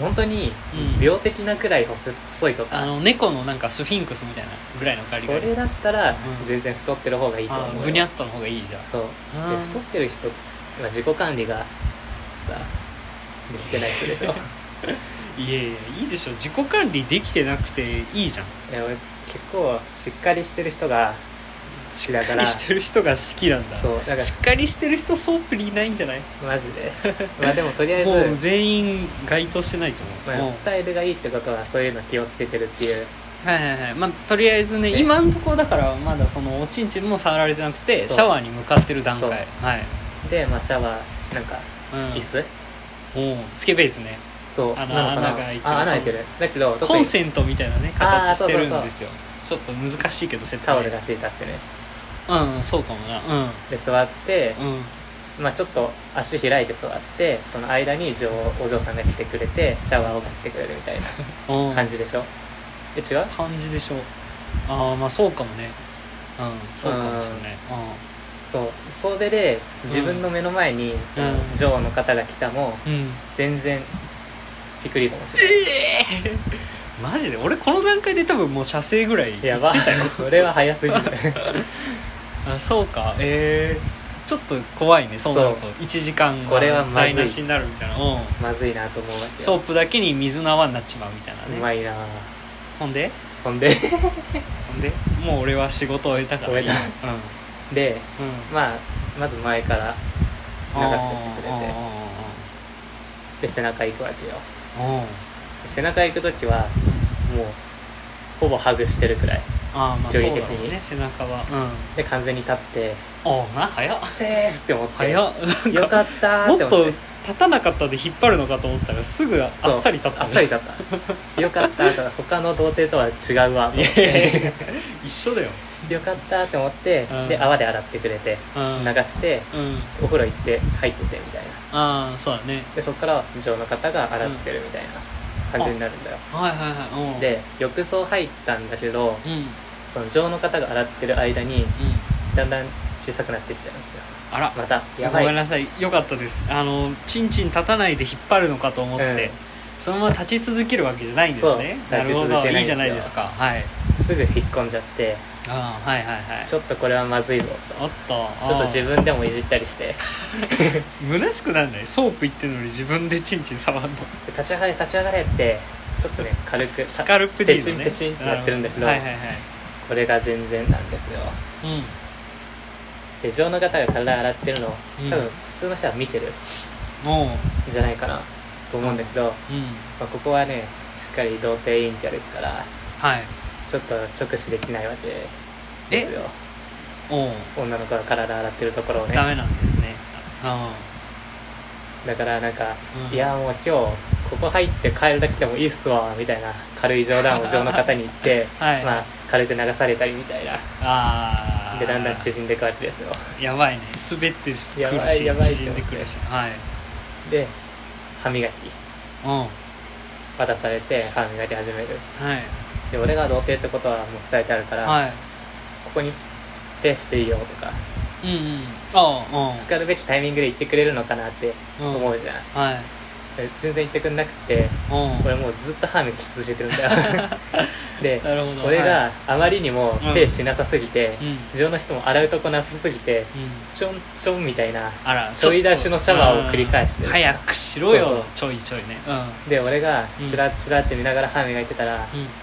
S2: 本当に
S1: うん
S2: 病的なくらい細細いとか、
S1: あの猫のなんかスフィンクスみたいなぐらいのガリガ
S2: そ
S1: リ
S2: れだったら
S1: うん
S2: 全然太ってる方がいいと
S1: あ
S2: 思う
S1: ー
S2: よ
S1: ブニャッとの方がいいじゃん
S2: そうで太ってる人は自己管理がさできてない人
S1: [LAUGHS]
S2: でしょい
S1: いやいやいいでしょ自己管理できてなくていいじゃん
S2: や俺結構しっかりしてる人が好きだ
S1: しっ
S2: か
S1: かり
S2: ら
S1: してる人が好きなんだ
S2: そうだか
S1: しっかりしてる人ソープにいないんじゃない
S2: らマジで [LAUGHS] まあでもとりあえず
S1: もう全員該当してないと
S2: まあ
S1: 思う、もう
S2: スタイルがいいってことはそういうの気をつけてるっていう
S1: はいはいはいまあとりあえずね
S2: で
S1: 今んとこだからまだそのおちんちんも触られてなくて
S2: そう
S1: シャワーに向かってる段階
S2: そう
S1: はい、
S2: で、まあ、シャワーなんか
S1: うん、
S2: 椅子、
S1: おうスケベースね
S2: そう
S1: あの
S2: なのかな
S1: 穴が開いてる
S2: あ穴開いてるだけど特
S1: コ
S2: に
S1: ンセントみたいなね
S2: あー
S1: 形してるんですよちょっと難しいけど説明
S2: タオルが敷いてあってね
S1: うんうんそうかもな
S2: で座って
S1: う、んうん
S2: まあ、ちょっと足開いて座ってその間に女王お嬢さんが来てくれてシャワーをかけてくれるみたいな
S1: おう
S2: 感じでしょえ違う
S1: 感じでしょうああまあそうかもねうんそうかもしれない
S2: そうそれで自分の目の前に、その女王の方が来たも
S1: うん、うん、
S2: 全然ピクリかもしれない
S1: ええ [LAUGHS] マジで俺この段階で多分もう射精ぐらい
S2: やば [LAUGHS] それは早すぎる
S1: あそうかえー、ちょっと怖いねそうなると
S2: そう
S1: 1時間
S2: これはまず
S1: 台
S2: い
S1: 無しになるみたいなうん
S2: まずいなと思うわけよ
S1: ソープだけに水の泡になっちまうみたいな
S2: う
S1: ね、
S2: まいな
S1: ほんで
S2: ほんで [LAUGHS]
S1: ほんでもう俺は仕事を終えたからいい
S2: 終え
S1: うんう
S2: で
S1: ん
S2: まあまず前から流してってくれてで背中行くわけよ
S1: うんうん
S2: 背中行く時はもうほぼハグしてるくらい
S1: ああまあそ
S2: 距
S1: うだ
S2: 離的に
S1: ろうね背中はうん
S2: で完全に立って
S1: ああな早っ
S2: セーフって思って
S1: 早っ
S2: よかったー
S1: も
S2: って
S1: っ
S2: 思
S1: と
S2: って
S1: 立たなかったで引っ張るのかと思ったらすぐあ
S2: そう
S1: っさり立ったね
S2: あっさり立ったよかったーと他の童貞とは違うわと思
S1: い
S2: っ
S1: やいやい
S2: て
S1: や一緒だよ
S2: よかったーって思って、
S1: うん
S2: で泡で洗ってくれて
S1: うん
S2: 流して
S1: うん
S2: お風呂行って入っててみたいな
S1: ああそうだね
S2: でそっから女王の方が洗ってるみたいな感じになるんだよ、
S1: はいはいはいうん
S2: で浴槽入ったんだけど
S1: うんうん
S2: その女王の方が洗ってる間にだんだん小さくなっていっちゃうんですよ
S1: あら
S2: またや
S1: ご
S2: ばい
S1: めんなさいよかったですあのチンチン立たないで引っ張るのかと思って、そのまま立ち続けるわけじゃないんですね
S2: そう
S1: なるほ
S2: 立ち続
S1: ど
S2: けないんですよ
S1: いいじゃないですかはい
S2: すぐ引っ込んじゃって
S1: あーはいはいはい
S2: ちょっとこれはまずいぞ
S1: おっと
S2: とちょっと自分でもいじったりして
S1: 分虚しくなんないソープ行ってるのに自分でチンチン触
S2: [LAUGHS]
S1: るの
S2: 「立ち上がれ立ち上がれ」ってちょっとね軽く
S1: スカルプ D のね
S2: ペチンペチンってなってるんだけど
S1: うはいはいはい
S2: これが全然なんですよ
S1: うん
S2: で女王の方が体洗ってるの
S1: うん
S2: 多分普通の人は見てる
S1: もう
S2: んじゃないかなと思うんだけ
S1: うん
S2: ど、まあ、ここはねしっかり童貞陰キャですから
S1: はい
S2: ちょっと直視できないわけですよ
S1: おう
S2: 女の子が体洗ってるところをね
S1: ダメなんですねあ
S2: だからなんか、
S1: うん
S2: いやもう今日ここ入って帰るだけでもいいっすわみたいな軽い冗談を上の方に言って、
S1: [LAUGHS] はい
S2: まあ軽く流されたりみたいな
S1: あああー
S2: でだんだん縮んでくわけですよ
S1: やばいね滑ってくるし縮
S2: やばいやばい
S1: んでくるしはい
S2: で歯磨き
S1: うんは
S2: 渡されて歯磨き始める
S1: い
S2: で俺が童貞ってことはもう伝えてあるから、
S1: は
S2: ここに手していいよとか、
S1: いうんうんああ
S2: しかるべきタイミングで言ってくれるのかなって
S1: うん
S2: 思
S1: うん
S2: うじゃん、
S1: はい
S2: で全然言ってくんなくて
S1: う
S2: 俺もうずっと歯磨き続けてるんだ
S1: [LAUGHS]
S2: よで
S1: んなるほど
S2: 俺
S1: は
S2: があまりにも手しなさすぎて
S1: い、うん
S2: 上の人も洗うとこなさすぎて
S1: うん
S2: ちょんちょんみたいな
S1: あら
S2: ちょい出しのシャワーを繰り返して
S1: う
S2: る
S1: ん早くしろよ
S2: そうそう
S1: ちょいちょいね
S2: で俺がチラチラって見ながら歯磨いてたら、
S1: う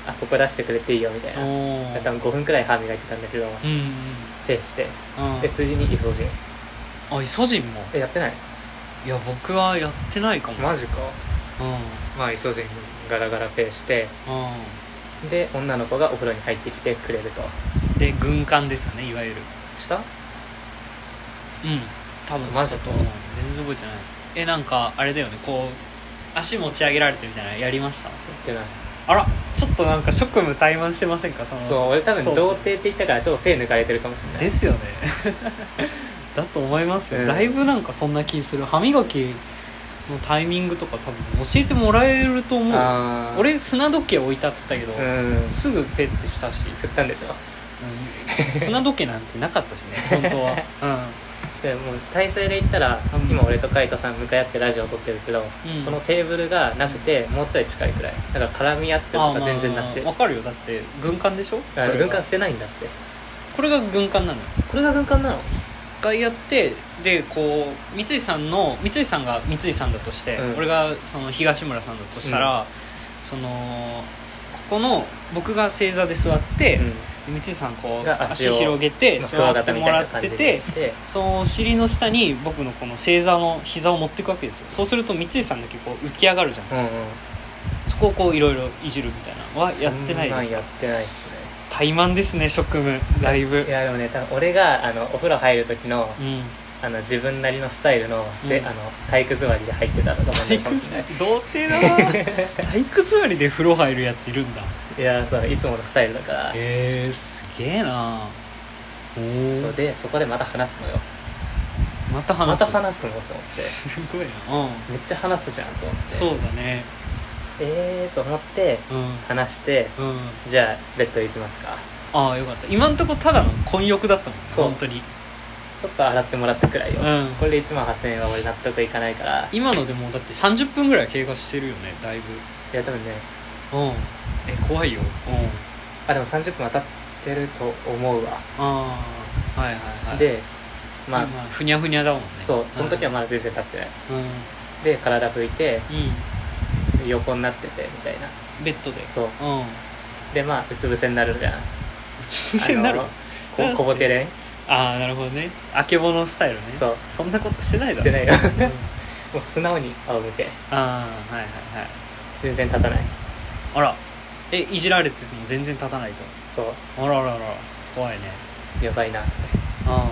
S2: あここ出してくれていいよみたい
S1: ん
S2: な
S1: うんおー
S2: 多分5分くらい歯磨いてたんだけど
S1: うんうん
S2: 手して
S1: うん
S2: でついでにイソジン
S1: あイソジンも
S2: えやってない
S1: いや僕はやってないかも
S2: マジか
S1: うん
S2: まあイソジンガラガラペイして
S1: う
S2: で女の子がお風呂に入ってきてくれると
S1: んで軍艦ですよねいわゆる
S2: した
S1: うん多分
S2: マジ
S1: そうだと思う全然覚えてないえなんかあれだよねこう足持ち上げられてみたいなのやりました
S2: ってない
S1: あらちょっとなんか職務怠慢してませんかその
S2: そう俺多分
S1: そう
S2: 童貞って言ったからちょっと手抜かれてるかもしれない
S1: ですよね [LAUGHS] だと思いますよ、
S2: うん
S1: だいぶなんかそんな気する歯磨きのタイミングとか多分教えてもらえると思う
S2: あー
S1: 俺砂時計置いたっつったけど、
S2: うん
S1: すぐペッてしたし、
S2: 振ったんでしょ
S1: うん砂時計なんてなかったし
S2: [LAUGHS]
S1: ね本当は
S2: でもう体勢で言ったら、
S1: うん
S2: 今俺とカイトさん向かい合ってラジオ撮ってるけど、
S1: うん、うん、
S2: このテーブルがなくてもうちょい近いくらいだから絡み合ってる
S1: あー
S2: とか
S1: まあ
S2: 全然なしで
S1: わかるよだって軍艦でしょそれが
S2: 軍艦してないんだって
S1: これが軍艦なのよ
S2: これが軍艦なの
S1: 一回やってでこう三井さんの三井さんが三井さんだとして、
S2: うん
S1: 俺がその東村さんだとしたら、そのここの僕が正座で座って、三井さんこう
S2: が
S1: 足
S2: 足を
S1: 広げて
S2: まあク
S1: 座
S2: ワ
S1: っ
S2: ガ
S1: て
S2: タみ
S1: も
S2: たい
S1: ら
S2: な
S1: っ
S2: 感
S1: て
S2: じ
S1: て
S2: でして
S1: その尻の下に僕のこの正座の膝を持っていくわけですよそうすると三井さんだけこう浮き上がるじゃん、
S2: うんうん
S1: そこをこういろいろいじるみたいなのはやってないで
S2: そ
S1: す
S2: んんや
S1: か
S2: ってないっす
S1: 怠慢ですね職務だいぶ
S2: ねいやでもね多分俺があのお風呂入る時の
S1: うん
S2: あの自分なりのスタイルの,せ、
S1: うん
S2: あの体育座りで入ってたらと思う
S1: 体
S2: んだ
S1: 育
S2: かもしれ
S1: 座
S2: な
S1: り
S2: い
S1: 童貞だな体育座りで風呂入るやついるんだ
S2: いやそういつものスタイルだから
S1: えー、すげえなお
S2: そう
S1: お
S2: でそこでまた話すのよ
S1: また
S2: ま
S1: 話す
S2: た話すのと思って
S1: すごいなうん
S2: めっちゃ話すじゃんと思って
S1: そうだね
S2: ええーと思って
S1: う
S2: 話して
S1: んうん
S2: じゃあベッド行きますか
S1: ああよかった今んとこただの混浴だったもん
S2: そう
S1: 本当に
S2: ちょっと洗ってもらったくらいよ、
S1: うん
S2: これで1万8000円は俺納得いかないからい
S1: 今のでもうだって30分ぐらい経過してるよねだいぶ
S2: や多分ね
S1: うんえ怖いようん
S2: あでも30分は経ってると思うわ、
S1: ああはいはいはい
S2: でまあ、
S1: 今ふにゃふにゃだもんね
S2: そうその時は
S1: ん
S2: まだ全然経ってない
S1: うん、うん
S2: で体拭いて横になっててみたいな
S1: ベッドで
S2: そう
S1: うんう
S2: でまあうつ伏せになるじゃん
S1: つ伏せになる
S2: あのこ小ぼてれん
S1: ああなるほどねあけぼのスタイルね
S2: そう
S1: そんなことしてないだろ
S2: してないよ [LAUGHS]
S1: うん
S2: もう素直に仰向け
S1: ああはいはいはい
S2: 全然立たない
S1: あらえいじられてても全然立たないと
S2: そう
S1: あらあらあら怖いね
S2: やばいな
S1: あ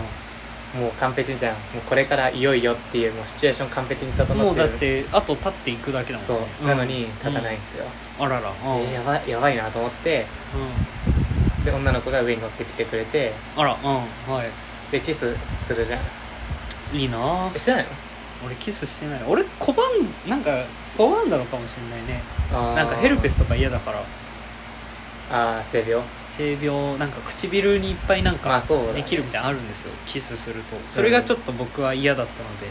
S2: もう完璧じゃんもうこれからいよいよっていうもうシチュエーション完璧に整って
S1: あ
S2: る
S1: もうだってあと立っていくだけだもん
S2: そ
S1: ね
S2: う、
S1: ん
S2: なのに立たないんですよ、
S1: うんあららうん、
S2: でやばいやばいなと思って
S1: うん
S2: で女の子が上に乗ってきてくれて
S1: あらうんは
S2: でキスするじゃん
S1: いいいなあ
S2: えしてないの
S1: 俺キスしてない俺拒んなんか拒んだのかもしれないねなんかヘルペ
S2: ス
S1: スとか嫌だから
S2: あーあー性病
S1: 性病なんか唇にいっぱいなん
S2: まあ
S1: か
S2: そうだね
S1: できるみたいなのあるんですよキスするとそれがちょっと僕は嫌だったので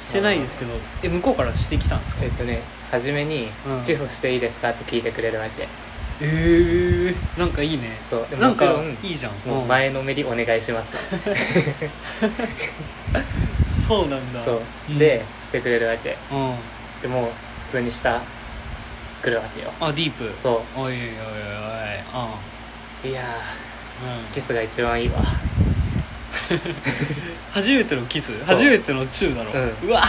S1: してないですけどえ向こうからしてきたんですか
S2: えっとね初めに
S1: うん
S2: 「キスしていいですか?」って聞いてくれるわけ
S1: えー、なんかいいね
S2: そうで
S1: な
S2: も
S1: ん
S2: ちろ
S1: か
S2: ん
S1: いいじゃん
S2: もう前のめりお願いします
S1: うんそうなんだ
S2: そううんでしてくれるわけ
S1: うん
S2: でもう普通に下来るわけよ
S1: あディープ
S2: そ
S1: おいおいおいおいあ
S2: ういや
S1: うん
S2: ーキスが一番いいわ
S1: 初めてのキス初めてのチューだろ
S2: う
S1: うわ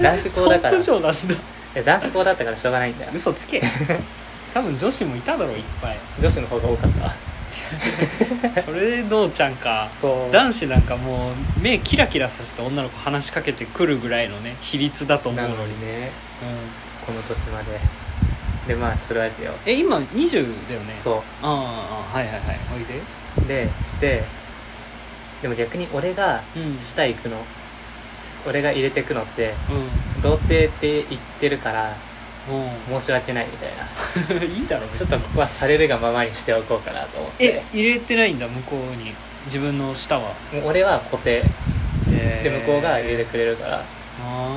S2: 男子校だから
S1: そんななんだ
S2: いや男子校だったからしょうがないんだよ
S1: 嘘つけ [LAUGHS] 多分女子もいただろいっぱい
S2: 女子の方が多かった
S1: それでどうちゃんか
S2: そう
S1: 男子なんかもう目キラキラさせて女の子話しかけてくるぐらいのね比率だと思う
S2: な
S1: の
S2: の
S1: に
S2: にね
S1: うん
S2: この年まででまあするわけよ
S1: え今20だよね
S2: そ
S1: ああああはいはいはいおいで
S2: うでしてでも逆に俺が
S1: うんうん
S2: 下行くの俺が入れてくのって童貞って言ってるから申し訳ないみたいな
S1: うん [LAUGHS] いいだろ
S2: ちょ
S1: 別
S2: っと
S1: に
S2: ここはされるがままにしておこうかなと思って
S1: え入れてないんだ向こうに自分の舌は
S2: もう俺は固定
S1: で
S2: で向こうが入れてくれるから
S1: ああ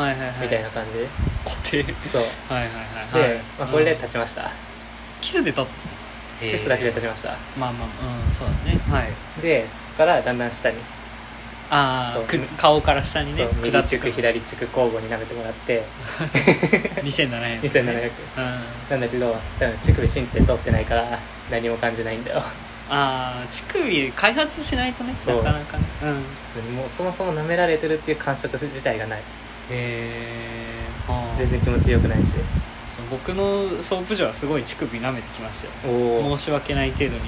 S1: はいはいはい
S2: みたいな感じで
S1: 固定
S2: そう
S1: はいはいはい
S2: で、まあ、これで立ちました
S1: キスで立っ
S2: キスだけで立ちました
S1: まあまあうんそうだねはい
S2: でそこからだんだん下に
S1: あ
S2: そ
S1: あ
S2: う
S1: く顔から下にね
S2: そう
S1: 下
S2: 右
S1: って
S2: チ
S1: い
S2: ュ
S1: く
S2: ク左チュク交互に舐めてもらって
S1: 2700円
S2: 2700
S1: うんあ
S2: なんだけど多分乳首神経通ってないから何も感じないんだよ
S1: あ乳首開発しないとね
S2: そ
S1: な
S2: う
S1: かなかねうん
S2: もうそもそも舐められてるっていう感触自体がない
S1: えーはあ
S2: 全然気持ちよくないし
S1: そう僕のソープ嬢はすごい乳首舐めてきましたよ
S2: おお
S1: 申し訳ない程度に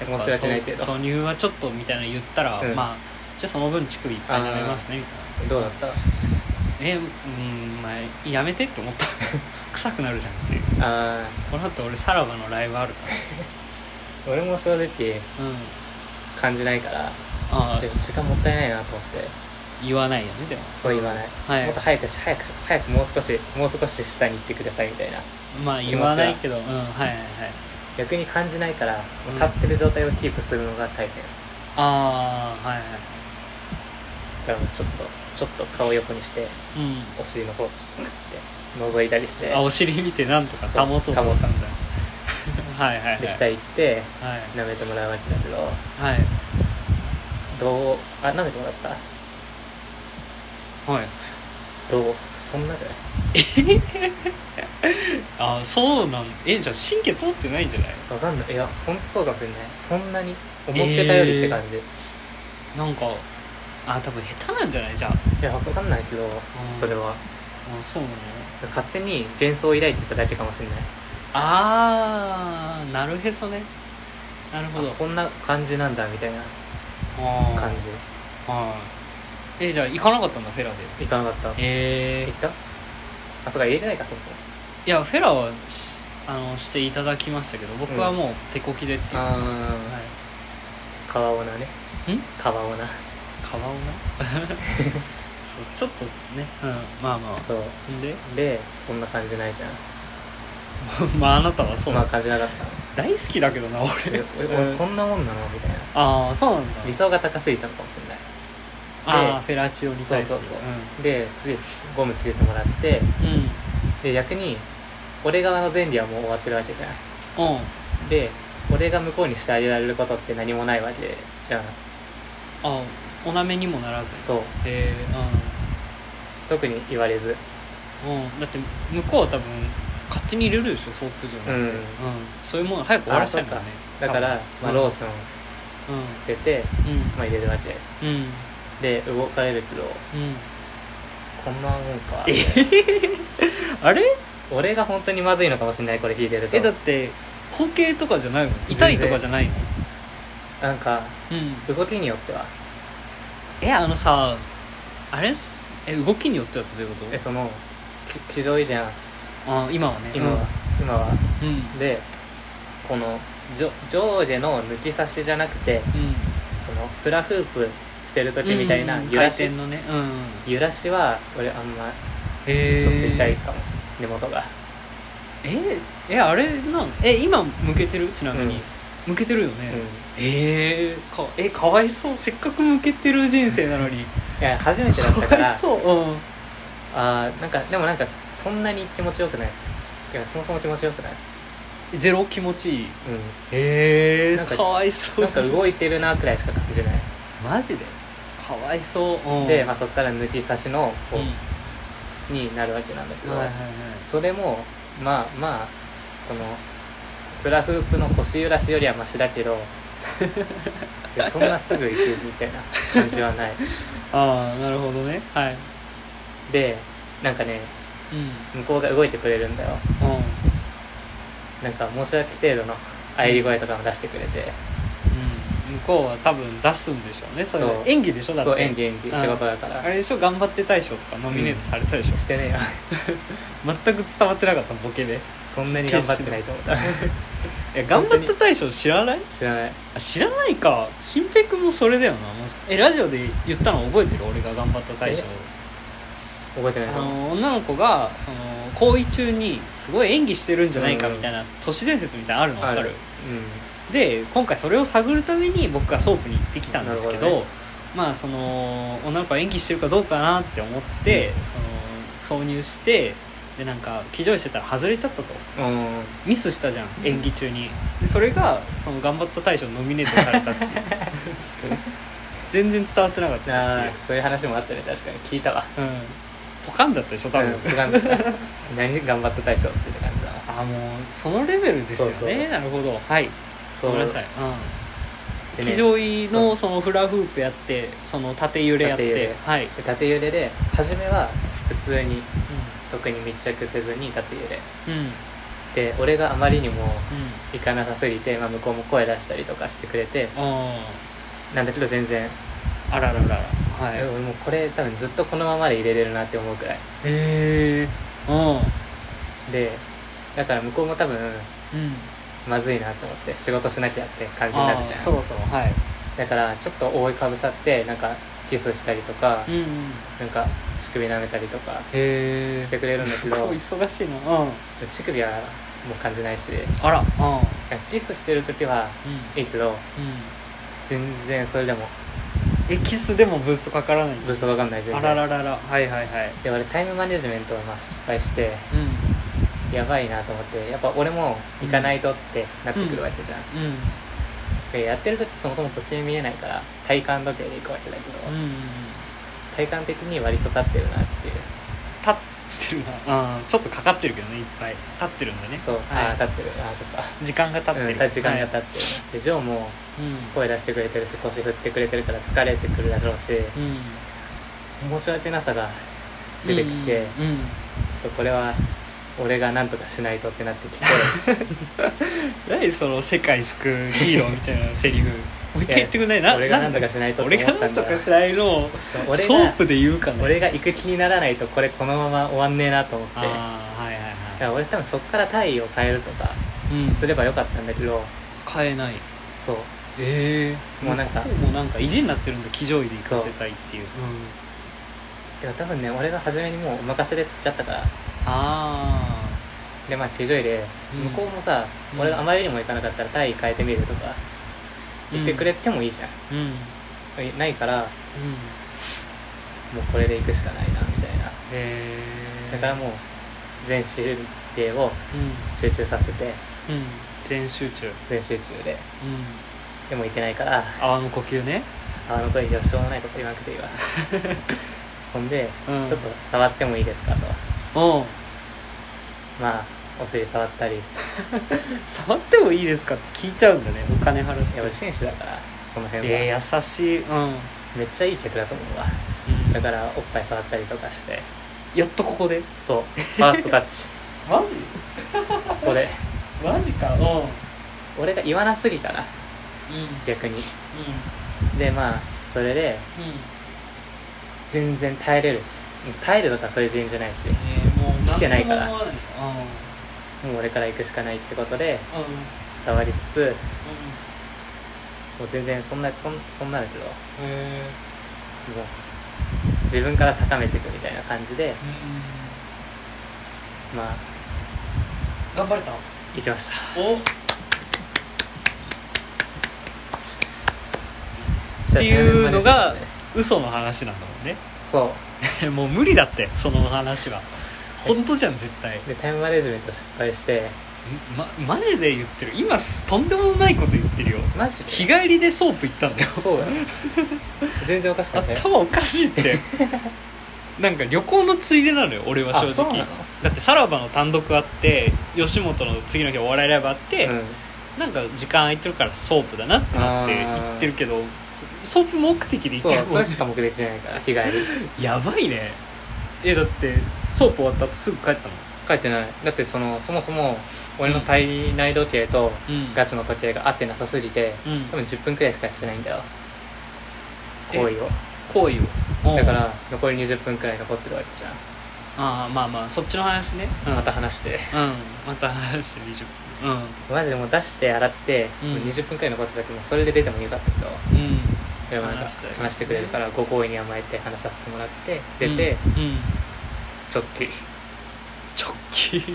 S2: 申し訳ないけど
S1: そう挿入はちょっとみたいなの言ったら、
S2: うん
S1: まあじゃあその分乳首いっぱい舐めますねみたいな
S2: どうだった
S1: えうんまあやめてって思
S2: [LAUGHS]
S1: った臭くなるじゃんっていう
S2: あ
S1: この後俺さらばのライブあるから
S2: ー俺も正直
S1: うん
S2: 感じないから
S1: ああ
S2: でも時間もったいないなと思って
S1: 言わないよねでも
S2: そう言わない、
S1: はい
S2: もっと早くし早く早くもう少しもう少し下に行ってくださいみたいな
S1: まあ
S2: 気持
S1: 言
S2: ちは
S1: わないけどうんはいはいはい
S2: 逆に感じないからも
S1: うん
S2: う立ってる状態をキープするのが大変
S1: ああはいはい
S2: だからもうちょっとちょっと顔横にして
S1: うん
S2: お尻の方をちょっと覗いたりして
S1: あお尻見てなんとか保とうとしたんだ [LAUGHS] はいはいはい
S2: で下行って
S1: はい
S2: 舐めてもらうわけだけど
S1: はい
S2: どうあ舐めてもらった
S1: はい
S2: どうそんなじゃない
S1: あそうなんえじゃあ神経通ってないんじゃない
S2: わかんないいやそんそうかもしれないそんなに思ってたよりって感じ、
S1: なんかあ多分下手なんじゃないじゃあ
S2: いやわかんないけど、それは
S1: あそうなの
S2: 勝手に幻想を抱いてただけかもしれない
S1: ああなるへそねなるほど
S2: あこんな感じなんだみたいな
S1: あー
S2: 感
S1: はいえじゃあ行かなかったんだフェラで
S2: じいかなかった
S1: え
S2: 行
S1: ー
S2: ったあそうか入れてないかそもそも
S1: いやフェラはしあのしていただきましたけど僕はもう手こきでっていう、はい、
S2: ああ川オナね
S1: ん
S2: 川オナ
S1: [LAUGHS] 川をなそうちょっとね、うん、まあま
S2: そ
S1: あんで
S2: うでそんな感じないじゃ
S1: [LAUGHS]
S2: ん
S1: まああなたはそう、
S2: まあ感じなか
S1: [LAUGHS]
S2: った
S1: 大好きだけどな
S2: え
S1: 俺
S2: 俺俺こんなもんなのみたいな
S1: ああそうなんだ
S2: 理想が高すぎたのかもしれない
S1: ああフェラチオに対して
S2: そうそうそうで次ゴムつけてもらって
S1: うん、うん
S2: で逆に俺側の前理はもう終わってるわけじゃん
S1: うん
S2: で俺が向こうにしてあげられることって何もないわけじゃん
S1: あおなめにもならず
S2: そう
S1: えー、
S2: 特に言われず
S1: うん、うん、だって向こうは多分勝手に入れるでしょソープ場なんて、
S2: うん
S1: そういうもの早く終わらせたいもんね
S2: だから、まあ、ローション
S1: うんうん
S2: 捨てて、まあ、入れるわけ
S1: うん
S2: で動かれるけど
S1: うん
S2: こんなもんか
S1: あれ
S2: 俺が本当にまずいのかもしれないこれ聞いてると
S1: えだって包茎とかじゃないの痛いとかじゃないの
S2: なんか
S1: うん
S2: 動きによっては
S1: えあのさあれえ動きによってはってどういうこ
S2: え
S1: と
S2: そのき非常いいじゃん
S1: あ今はね
S2: 今は、今は
S1: うんうん
S2: でこのじょ上下の抜き差しじゃなくてそのフラフープしてる時みたいな
S1: うん
S2: 揺ら
S1: 回
S2: し
S1: 転のねうん
S2: 揺らしは俺あんまちょっ
S1: へ
S2: と
S1: ー
S2: 痛いかも根元が
S1: ええあれなんえ今向けてるちなみに、
S2: うん
S1: 向けてるよ
S2: う
S1: ね
S2: ん、
S1: えー、かえかわいそうせっかく向けてる人生なのに
S2: いや初めてだった
S1: か
S2: か
S1: わ
S2: ら
S1: い [LAUGHS] そううん
S2: あーなんかでもなんかそんなに気持ちよくないいやそもそも気持ちよくない
S1: ゼロ気持ちいい
S2: うん
S1: え
S2: なん
S1: ー、
S2: か
S1: かわいそう
S2: なんか動いてるなくらいしか感じない
S1: マジでかわいそう、うん、
S2: で、まあ、そっから抜き差しの
S1: う
S2: こ
S1: ん、
S2: う
S1: はい
S2: になるわけなんだけど、
S1: はいはい
S2: それもまあまあこのフラフープの腰揺らしよりはマシだけ
S1: [LAUGHS]
S2: どいやそんなすぐ行くみたいな感じはない
S1: ああなるほどねはい
S2: でなんかね
S1: うん
S2: 向こうが動いてくれるんだよ
S1: うん
S2: なんか申し訳程度の喘ぎ声とかも出してくれて、
S1: うん向こうは多分出すんでしょうねそれ
S2: そう
S1: 演技でしょだって
S2: そう演技演技
S1: うん
S2: 仕事だから
S1: あれでしょ頑張って大賞とかノミネートされたでしょ、
S2: してねえよ
S1: 全く伝わってなかったボケで
S2: そんなに頑張ってないと思
S1: [LAUGHS]
S2: った
S1: いや頑張った大賞知らない
S2: 知らない
S1: あ知らないか新平君もそれだよなえラジオで言ったの覚えてる俺が頑張った大賞
S2: 覚えてない
S1: あ
S2: な
S1: の女の子がその行為中にすごい演技してるんじゃないかみたいな都市伝説みたいなのあるの分かるで今回それを探るために僕がソープに行ってきたんですけど
S2: なるほどね
S1: まあその女の子は演技してるかどうかなって思って、その挿入してでなんか騎乗位してたら外れちゃったと
S2: うんうん
S1: ミスしたじゃん
S2: うん
S1: 演技中に、でそれがその頑張った大賞にノミネートされた
S2: [LAUGHS]
S1: っていう全然伝わってなかったっ
S2: あーそういう話もあったね確かに聞いたわ
S1: ていう、うん、ポカンだったでしょ多
S2: 多
S1: 分、
S2: 分頑張った何頑張った大賞って感じだな
S1: あもうそのレベルですよね
S2: そうそう
S1: なるほどはいごめんなさい、う
S2: で
S1: ん、
S2: ね
S1: 騎乗位
S2: う
S1: の
S2: ん
S1: そのフラフープやってその縦揺れやっ
S2: 縦揺
S1: て
S2: れ
S1: はい、うん
S2: で縦揺れで初めは普通に特に密着せずに縦揺れ
S1: うんうん
S2: で俺があまりにも行かなさすぎて、まあ、向こうも声出したりとかしてくれて
S1: あ
S2: なんだけど全然、
S1: ーあららららはい
S2: えもうこれ多分ずっとこのままで入れれるなって思うくらい
S1: えうん
S2: でだから向こうも多分
S1: うん
S2: まずいなと思って仕事しなきゃって感じにな
S1: あ
S2: るじゃ
S1: ー
S2: ん
S1: そろそろはい
S2: だからちょっと覆いかぶさってなんかキスしたりとか、
S1: うんうん
S2: なんか乳首舐めたりとか
S1: へ
S2: してくれるんだ
S1: [LAUGHS]
S2: けど
S1: 忙しいなうん
S2: 乳首はもう感じないし
S1: あらうんうん
S2: キスしてる時はいいけど全然それでも
S1: えキスでもブーストかからない
S2: ブーストわかんない全
S1: あ
S2: 然
S1: ららららはいはいはい
S2: で俺タイムマネジメントをまあ失敗して
S1: う
S2: やばいなと思ってやっぱ俺も行かないとってなってくるわけじゃん、
S1: んうん
S2: でやってる時そもそも時計見えないから体感時計で行くわけだけど、
S1: うんうんうん
S2: 体感的に割と立ってるなっていう
S1: 立ってるなうんちょっとかかってるけどねいっぱい立ってるんだね
S2: そう、ああ
S1: は
S2: 立ってるああそっか
S1: い時間が経って
S2: う
S1: る
S2: ん時間が経ってる、でジョーも
S1: うん
S2: 声出してくれてるし腰振ってくれてるから疲れてくるだろうし
S1: うん
S2: 申し訳なさが出てきて、ちょ
S1: うん
S2: っとこれは俺が何とかしないとってなってきて
S1: 何その世界救うヒーローみたいなセリ
S2: [LAUGHS]
S1: フもう一回言ってくんない [LAUGHS] な
S2: 俺が何とかしないとって
S1: 俺が
S2: 思った
S1: なん
S2: ん
S1: と
S2: だ
S1: かしないのを
S2: 俺が
S1: ソープで言うかね
S2: 俺が行く気にならないとこれこのまま終わんねえなと思ってだか
S1: ああはいはいはい
S2: ら俺多分そっから体位を変えるとか
S1: うん
S2: すればよかったんだけど
S1: 変えない
S2: そう
S1: ええ
S2: もうなんか
S1: もうなんか意地になってるんだ騎乗位で行かせたいっていううん
S2: いや多分ね俺が初めにもうお任せで釣っちゃったから
S1: あ
S2: でまあ手順入れ
S1: うん
S2: 向こうもさ、
S1: うん
S2: 俺があまりにも行かなかったら体位変えてみるとか言ってくれてもいいじゃん、
S1: あうんうん
S2: ないからもうこれで行くしかないなみたいな
S1: へえ
S2: だからもう全神経を
S1: うん
S2: 集中させて
S1: うん全集中うん
S2: 全集中ででも行けないから
S1: 泡の呼吸ね
S2: あの時ではしょうもないこと言わなくていい
S1: [LAUGHS]
S2: わほんで、
S1: うん
S2: ちょっと触ってもいいですかと
S1: うん
S2: まあお尻触ったりい
S1: 触ってもいいですかって聞いちゃうんだねお金払って
S2: や俺紳士だからその辺は、
S1: えー優しいうん
S2: めっちゃいい客だと思うわだ
S1: ら
S2: からおっぱい触ったりとかして
S1: やっとここで [LAUGHS]
S2: そうファーストタッチ
S1: マジ
S2: ここで
S1: マジかうんうん
S2: 俺が言わなすぎたな逆にでまあそれで
S1: うんうん
S2: 全然耐えれるし耐えるとかそういう人じゃないし
S1: えー、もう
S2: 来てないから
S1: んとも思わない
S2: もう俺から行くしかないってことで
S1: うんうんうん
S2: 触りつつもう全然そんなそんそんなだけども
S1: へ
S2: う自分から高めていくみたいな感じで
S1: ーうん
S2: まあ
S1: 頑張れた
S2: 行きました
S1: おっていうのが嘘の話なんだもんね [LAUGHS]
S2: そ
S1: もう無理だってその話は本当じゃん絶対
S2: うでタイムマネジメント失敗して
S1: ま、マジで言ってる今すとんでもないこと言ってるよ
S2: マジで
S1: 日帰りでソープ行ったんだよ
S2: そうだよ全然おかしくない
S1: 頭おかしいって
S2: [LAUGHS]
S1: なんか旅行のついでなのよ俺は正
S2: あそうな
S1: 直
S2: の
S1: だってさらばの単独あって吉本の次の日お笑いライブあって、
S2: うん
S1: なんか時間空いてるからソープだなってなって行ってるけどソープ目的で行っ
S2: そう
S1: てる
S2: そ
S1: もん
S2: れしか目的じゃないから日帰り
S1: やばいねえだってソープ終わった後すぐ帰ったの
S2: 書いてないだってそのそもそも俺の体内時計と
S1: うん
S2: ガチの時計が合ってなさすぎて
S1: うん
S2: 多分10分くらいしかしてないんだよ
S1: え
S2: 行為を
S1: 行為を
S2: だから残り20分くらい残ってるわけじゃ
S1: ああまあまあそっちの話ね
S2: ん、また話して
S1: うんまた話して20分うん
S2: マジでもう出して洗って、
S1: うん
S2: もう20分くらい残ってたけどそれで出てもよかったけど
S1: うん
S2: でもなんか
S1: 話したい
S2: 話してくれるからご好意に甘えて話させてもらって出て、
S1: うん、うん
S2: ちょっきり
S1: 直帰帰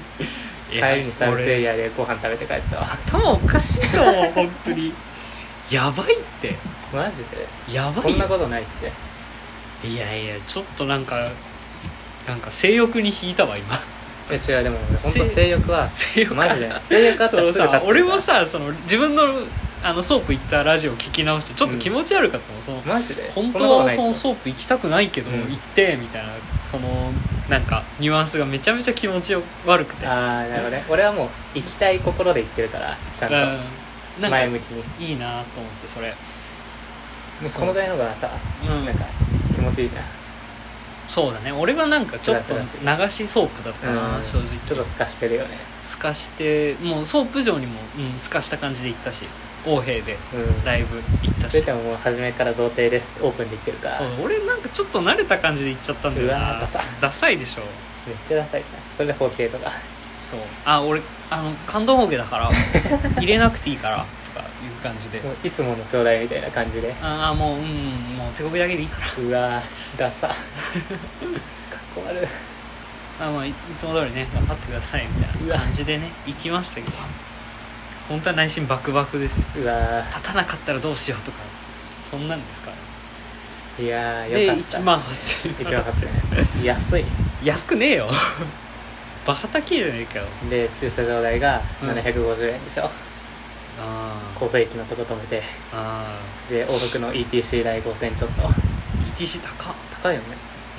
S2: 帰りにサービスエリアでご飯食べて帰ったわ
S1: 頭おかしいと思う本当にやばいって
S2: マジで
S1: やば
S2: そ
S1: い
S2: んな
S1: よ
S2: ことないって
S1: いやいやちょっとなんかなんか性欲に引いたわ今
S2: いや違うでも本
S1: せ
S2: 当性欲は
S1: 性欲
S2: マジで性欲あった
S1: その
S2: らすぐ立って
S1: さ
S2: る
S1: 俺もさその自分のあのソープ行ったラジオ聞き直してちょっと気持ち悪かったもん、その
S2: マジで
S1: 本
S2: んな
S1: 当
S2: こと
S1: は
S2: ない
S1: そのソープ行きたくないけど、
S2: うん
S1: 行ってみたいなそのなんかニュアンスがめちゃめちゃ気持ちよ悪くて
S2: ああなるほどね俺はもう行きたい心で行ってるからち
S1: うん
S2: ゃん
S1: な
S2: と
S1: ん
S2: 前
S1: か
S2: 向きに
S1: いいなと思ってそれ、
S2: もうこのぐらいのがさ
S1: うん
S2: なんか気持ちいいじゃん
S1: そうだね俺はなんかちょっと
S2: ス
S1: 流
S2: ラス
S1: しソープだったな、
S2: うん
S1: 正直
S2: ちょっと透かしてるよね
S1: 透かしてもうソープ場にも、うん、透かした感じで行ったし横兵で
S2: うん
S1: ライブ行った
S2: それ
S1: し
S2: でももう初めから童貞ですってオープンで言ってるから
S1: そう俺なんかちょっと慣れた感じで行っちゃったんだよ
S2: うわ
S1: な
S2: ーダサ
S1: ダサいでしょ
S2: めっちゃダサいじゃんそれで包茎とか
S1: そうあ俺あの感動保険だから
S2: [LAUGHS]
S1: 入れなくていいからとかいう感じで
S2: もういつものちょうだいみたいな感じで
S1: ああもううんもう手こぎだけでいいから
S2: うわーダサかっこ悪い
S1: あまあいいつも通りね頑張ってくださいみたいうな
S2: わ
S1: 感じでね行きましたけど本当は内心バクバクですよ
S2: うわ
S1: 立たなかったらどうしようとかそんなんですから
S2: ーいやー
S1: で
S2: よかった
S1: 1万8000
S2: 1万8000円安い
S1: 安くねえよバカ高えじゃねえかよ
S2: で駐車場代が
S1: うん
S2: 750円でしょ、
S1: あー
S2: 甲府駅のとこ止めて
S1: あ
S2: で往復の ETC 代5000ちょっと
S1: ー ETC 高っ
S2: 高いよね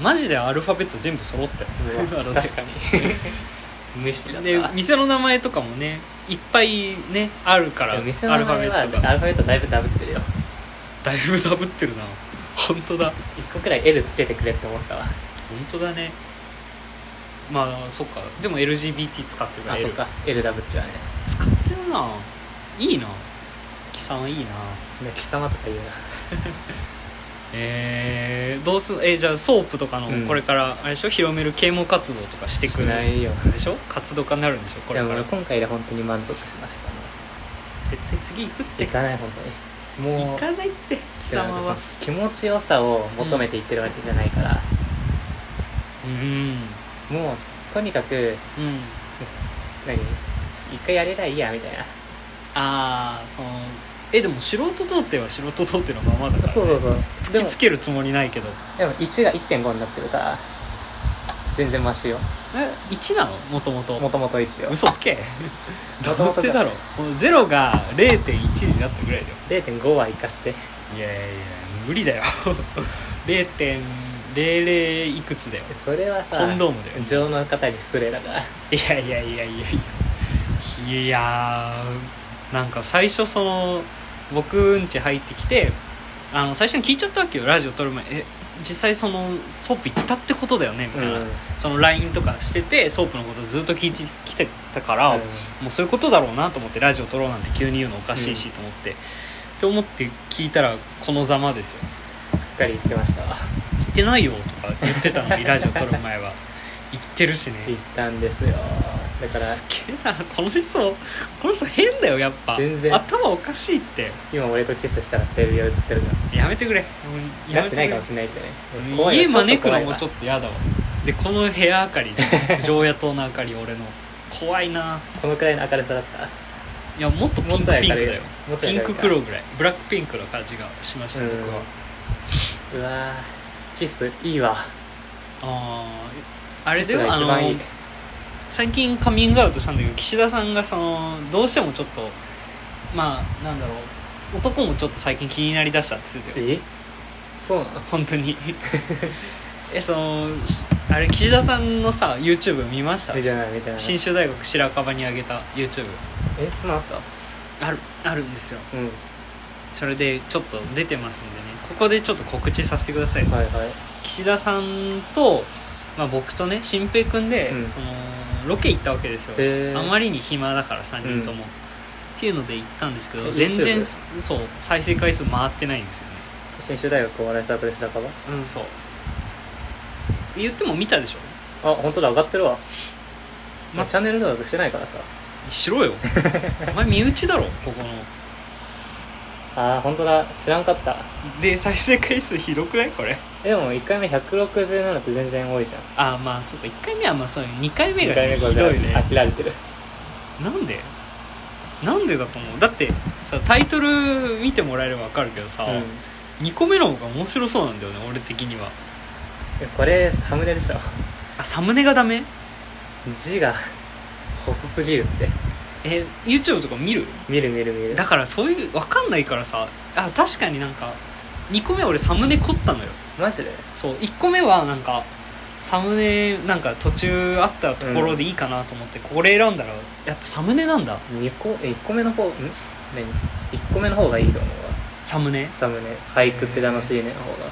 S1: マジでアルファベット全部揃ったよあの
S2: 確かに [LAUGHS] 無視だった
S1: で
S2: わ
S1: 店の名前とかもねいっぱいねあるからア
S2: でも
S1: ルフ
S2: 店の名
S1: ァベ
S2: 前はア
S1: ッ
S2: ル
S1: ト
S2: ファ
S1: が
S2: ベットだいぶダブってるよ
S1: だいぶダブってるな本当だ
S2: 1個くらい L つけてくれって思ったわ
S1: 本当だねまあそっかでも LGBT 使ってるから
S2: あ
S1: L
S2: そっか L ダブっちゃうね
S1: 使ってるないいな貴様いいな
S2: ね貴様とか言うな
S1: えー、どうすえじゃあソープとかの
S2: うん
S1: これから、あれでしょ広める啓蒙活動とかしてく
S2: しないよ
S1: でしょ活動家になるんでしょこ
S2: で
S1: れ
S2: も
S1: か
S2: 俺
S1: ら
S2: 今回で本当に満足しましたね
S1: 絶対次行くって
S2: 行かない本当にもう
S1: 行かないって貴
S2: でも
S1: 様
S2: なん
S1: は
S2: かその気持ちよさを求めていってるわけじゃないから、
S1: うん
S2: もうとにかく
S1: うん
S2: 何一回やれりゃいいやみたいな
S1: ああそのえでも素人童貞は素人童貞のままだから、ね、
S2: そうそうそうで
S1: 突
S2: も
S1: きつけるつもりないけど
S2: でも1が1.5になってるから全然マシよ
S1: え1なのもともと
S2: もともと1よ
S1: 嘘つ [LAUGHS] けど
S2: もとも
S1: うっ
S2: と
S1: て
S2: だ
S1: だろこの0が0.1になったぐらいだよ
S2: 0.5は行かせて
S1: いやいやいや無理だよ [LAUGHS] 0.00いくつだよ
S2: それはさ
S1: コンドームだよ
S2: 情の方に失礼だから
S1: いやいやいやいやいやいやーなんか最初その僕んち入ってきてあの最初に聞いちゃったわけよラジオ撮る前え実際そのソープ行ったってことだよねみたいな、その LINE とかしててソープのことずっと聞いてきてたから、
S2: うん
S1: もうそういうことだろうなと思ってラジオ撮ろうなんて急に言うのおかしいしと思って、って思って聞いたらこのざまですよ
S2: すっかり言ってましたわ
S1: 「行ってないよ」とか言ってたのにラジオ撮る前は行ってるしね
S2: 行ったんですよだから
S1: すげえなこの人この人変だよやっぱ
S2: 全然
S1: 頭おかしいって
S2: 今俺とキスしたらセルビア映せるの
S1: やめてくれや
S2: な
S1: め
S2: っ
S1: く
S2: ててない
S1: れ
S2: かもしれないけどね
S1: うん
S2: 怖いよ
S1: 家招くの
S2: ちょっと怖い
S1: も
S2: わ
S1: ちょっとやだわでこの部屋明かりね
S2: [LAUGHS]
S1: 常夜灯の明かり俺の怖いな
S2: このくらいの明るさだった
S1: いやもっとピンクピンク
S2: もっと明るい
S1: だよ
S2: もっと
S1: ピ
S2: 明るい
S1: ン
S2: か
S1: ク黒ぐらいブラックピンクの感じがしました
S2: うん
S1: 僕は
S2: うわーキスいいわ
S1: あーあれで
S2: キス
S1: は
S2: が
S1: あ
S2: 一番いい
S1: の最近カミングアウトしたんだけど岸田さんがそのどうしてもちょっとまあなんだろう男もちょっと最近気になりだしたっつってたよ
S2: えそうなの
S1: 本当に [LAUGHS] えそのしあれ岸田さんのさ YouTube 見ました
S2: 見てない見てない
S1: 信州大学白樺にあげた YouTube
S2: えその後
S1: あるあるんですよ
S2: うん
S1: それでちょっと出てますんでねここでちょっと告知させてください
S2: はいはい
S1: 岸田さんと、まあ、僕とね新平君で、
S2: うん
S1: そのロケ行ったわけですよ
S2: へー
S1: あまりに暇だから3人とも、っていうので行ったんですけど
S2: え
S1: 全然
S2: YouTube？
S1: そう再生回数回ってないんですよね
S2: 信州大学お笑いサークル白樺
S1: うんそう言っても見たでしょ
S2: あ本当だ上がってるわ、ま
S1: ま
S2: あ、チャンネル
S1: [LAUGHS]
S2: 登録してないからさ
S1: しろよお前身内だろここの
S2: ああ本当だ知らんかった
S1: で再生回数ひどくないこれ
S2: でも1回目167って全然多いじゃん
S1: あまあそうか1回目はまあそうね2回目
S2: 2
S1: が
S2: 回目
S1: ね
S2: こ
S1: ひどい
S2: れ
S1: ね
S2: 飽きられてる
S1: なんでなんでだと思うだってさタイトル見てもらえれば分かるけどさ、
S2: うん
S1: 2個目の方が面白そうなんだよね俺的には
S2: えこれサムネでしょ
S1: あサムネがダメ
S2: 字が細すぎるって
S1: え YouTube とか見る
S2: 見る見る見る
S1: だからそういう分かんないからさあ確かになんか2個目俺サムネ凝ったのよ
S2: マジで
S1: そう1個目はなんかサムネなんか途中あったところでいいかなと思って、これ選んだらやっぱサムネなんだ
S2: 2個え1個目の方ん何1個目の方がいいと思うわ
S1: サムネ
S2: サムネ俳句って楽しいねの方が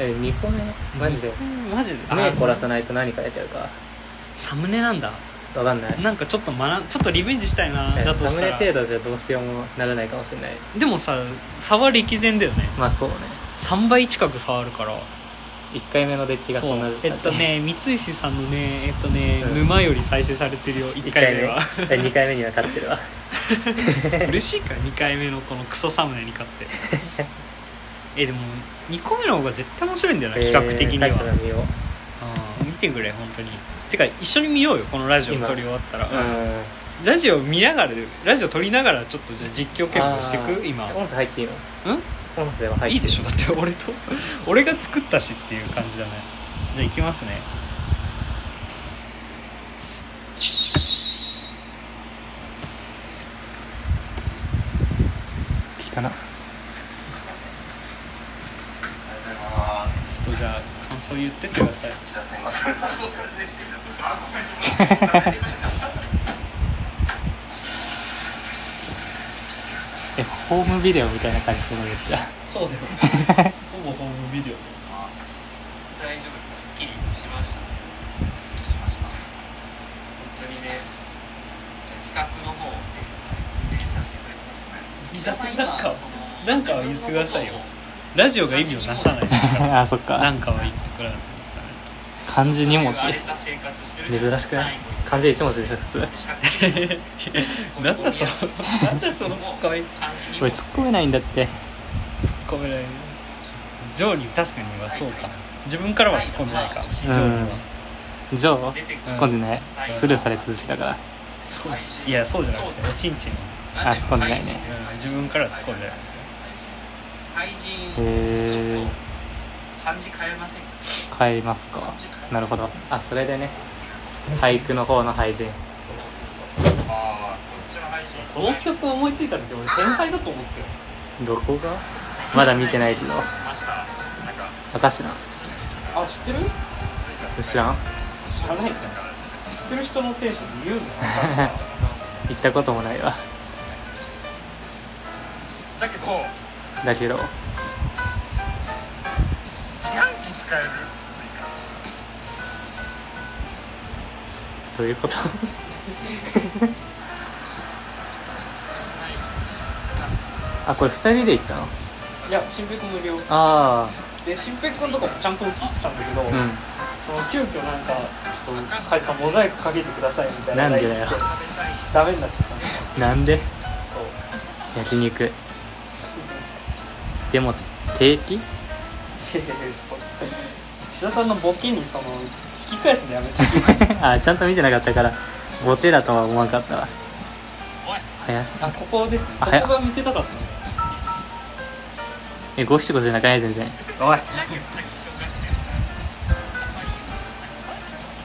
S2: え2個目マジで
S1: うんマジで
S2: 目
S1: あ
S2: 凝らさないと何書いてあるか
S1: サムネなんだ
S2: わかんない
S1: なんかちょっと学んちょっとリベンジしたいな
S2: え
S1: だと
S2: サ
S1: し
S2: ム
S1: た
S2: ネ
S1: ら
S2: 程度じゃどうしようもならないかもしれない
S1: でもさ差は歴然だよね
S2: まあそうね
S1: 3倍近く差あるから
S2: 1回目のデッキがそんな
S1: えっとね三石さんのねえっとね、
S2: うん
S1: 沼より再生されてるよ1回
S2: 1回
S1: 目
S2: 目
S1: は
S2: 2回目には勝ってるわ
S1: [LAUGHS] 嬉しいか2回目のこのクソサムネに勝って
S2: [LAUGHS]
S1: えでも2個目の方が絶対面白いんだよな [LAUGHS] 企画的には、
S2: えー書いたの見よう
S1: うん見てくれ本当にてか一緒に見ようよこのラジオ
S2: 今
S1: 撮り終わったら、
S2: うん
S1: ラジオ見ながらでラジオ撮りながらちょっとじゃあ実況結構して
S2: あ
S1: く
S2: ー
S1: 今
S2: 音声入っていいの
S1: うん
S2: 音声は入って
S1: いいでしょだって俺と [LAUGHS] 俺が作ったしっていう感じだねじゃあ行きますね
S2: 聞かな
S3: ありがとうございま
S1: ち
S3: す。
S1: ょっとじゃあ感想言ってってください
S3: じゃあすみません。
S2: えホームビデオみたいな感じのや
S1: [LAUGHS]
S2: つだ
S1: そうだ [LAUGHS] よほぼホームビデオ
S3: 大丈夫ですか？スッキリしました。スッキリしました。本当にね。じゃあ企画の方をね説明させていただきますね。石田さん今
S1: なんか
S3: その
S1: なんか言ってくださいよラジオが意味をな
S3: [LAUGHS]
S1: さないですから
S2: あそっか
S1: なんかは言ってください
S2: 漢字
S3: 自
S2: 2
S3: 分
S2: 文
S3: のこと
S2: 字
S3: をそういう荒れた生活してるじゃ
S2: 珍しくない漢字1文字でしょ普通
S3: ないですか。
S1: なんだそのなんだそのツッコミ
S3: 漢字に
S2: これ突っ込めないんだって
S1: ツッコめないジョーに確かにはそうか自分からは突っ込んでないか
S3: う
S1: ジ
S2: うん
S1: ョーには
S2: ジョー
S3: 出てく
S2: 突っ
S3: る
S2: 込んでない
S3: うん
S2: スルーされ続きだから
S1: そういやそうじゃなくておちんちん、
S3: な
S2: あ突っ込んでない
S1: う
S2: ね
S1: ん自分からは突っ込んでない
S3: 廃人
S2: へー
S3: ちょっと漢字変えませんか
S2: 変えますかなるほどあそれでね俳句の方の俳人
S3: ああこっちの廃人
S1: この企画思いついた時俺天才だと思ってよ
S2: どこがまだ見てないけど
S3: ましたなんか
S2: 私な
S1: あ知ってる
S2: 知ら
S1: 知
S2: ん
S1: らないじゃん知ってる人のテンションで言うんだよ
S2: 行ったこともないわ
S3: だけど違う
S2: だけど
S3: 気使える
S2: どういうこと [LAUGHS] あこれ2人で行ったの
S1: いや新平君無料
S2: ああ
S1: で新平君とかもちゃんと映ってたんだけど、
S2: う
S1: その急遽なんかちょっと会社モザイクかけてくださいみたいな
S2: なんでだよ
S1: 来てダメになっちゃったんだよ
S2: んなんで
S1: そう
S2: 焼肉でも定期 [LAUGHS]
S1: いやいやいやそう志田さんのボケにその引き返すのやめて
S2: あちゃんと見てなかったからボテだとは思わなかったわ
S3: おい
S2: 林
S1: あここですねこ
S2: あ早っ
S1: こが見せたかった
S2: え五七五じゃなくない全然
S1: のおい
S3: だけどさっき小学生の話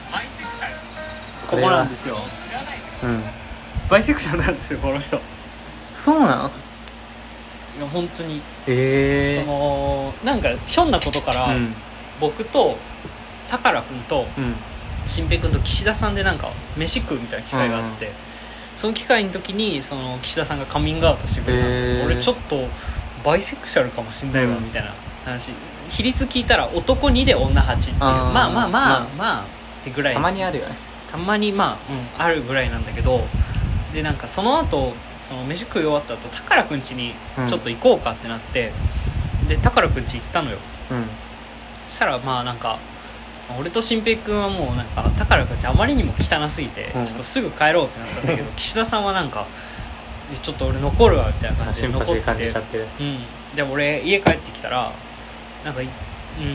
S3: あんまりバイセクシャル
S1: ここなんですよ
S3: 知らないか
S2: うん
S1: バイセクションなんですよこの人い
S2: そうなの
S1: や本当にそ
S2: ええ
S1: のなんかひょんなことから、
S2: ー、うん
S1: 僕と宝くんと
S2: うん
S1: 新平君と岸田さんでなんか飯食うみたいな機会があって、その機会の時にその岸田さんがカミングアウトしてくれたの、
S2: へー
S1: 俺ちょっとバイセクシャルかもしんないわ
S2: うん
S1: みたいな話、比率聞いたら男2で女8っていう
S2: あー
S1: まあまあまあ
S2: まあ
S1: まあってぐらい
S2: たまにあるよね
S1: たまにまあ、うん、あるぐらいなんだけどでなんかその後その飯食い終わった後宝くん家にちょっと行こうかってなって、で宝くん家行ったのよ
S2: うん
S1: そしたらまあなんか俺と新平君はもうなんか宝くんちあまりにも汚すぎて、
S2: うん [LAUGHS]
S1: ちょっとすぐ帰ろうってなったんだけど岸田さんはなんかでちょっと俺残るわみたいな感じ
S2: シ
S1: で
S2: ンパシ
S1: 残
S2: ー
S1: っ
S2: 感じ
S1: て
S2: ちゃってる
S1: うん、で俺家帰ってきたらなんかいうん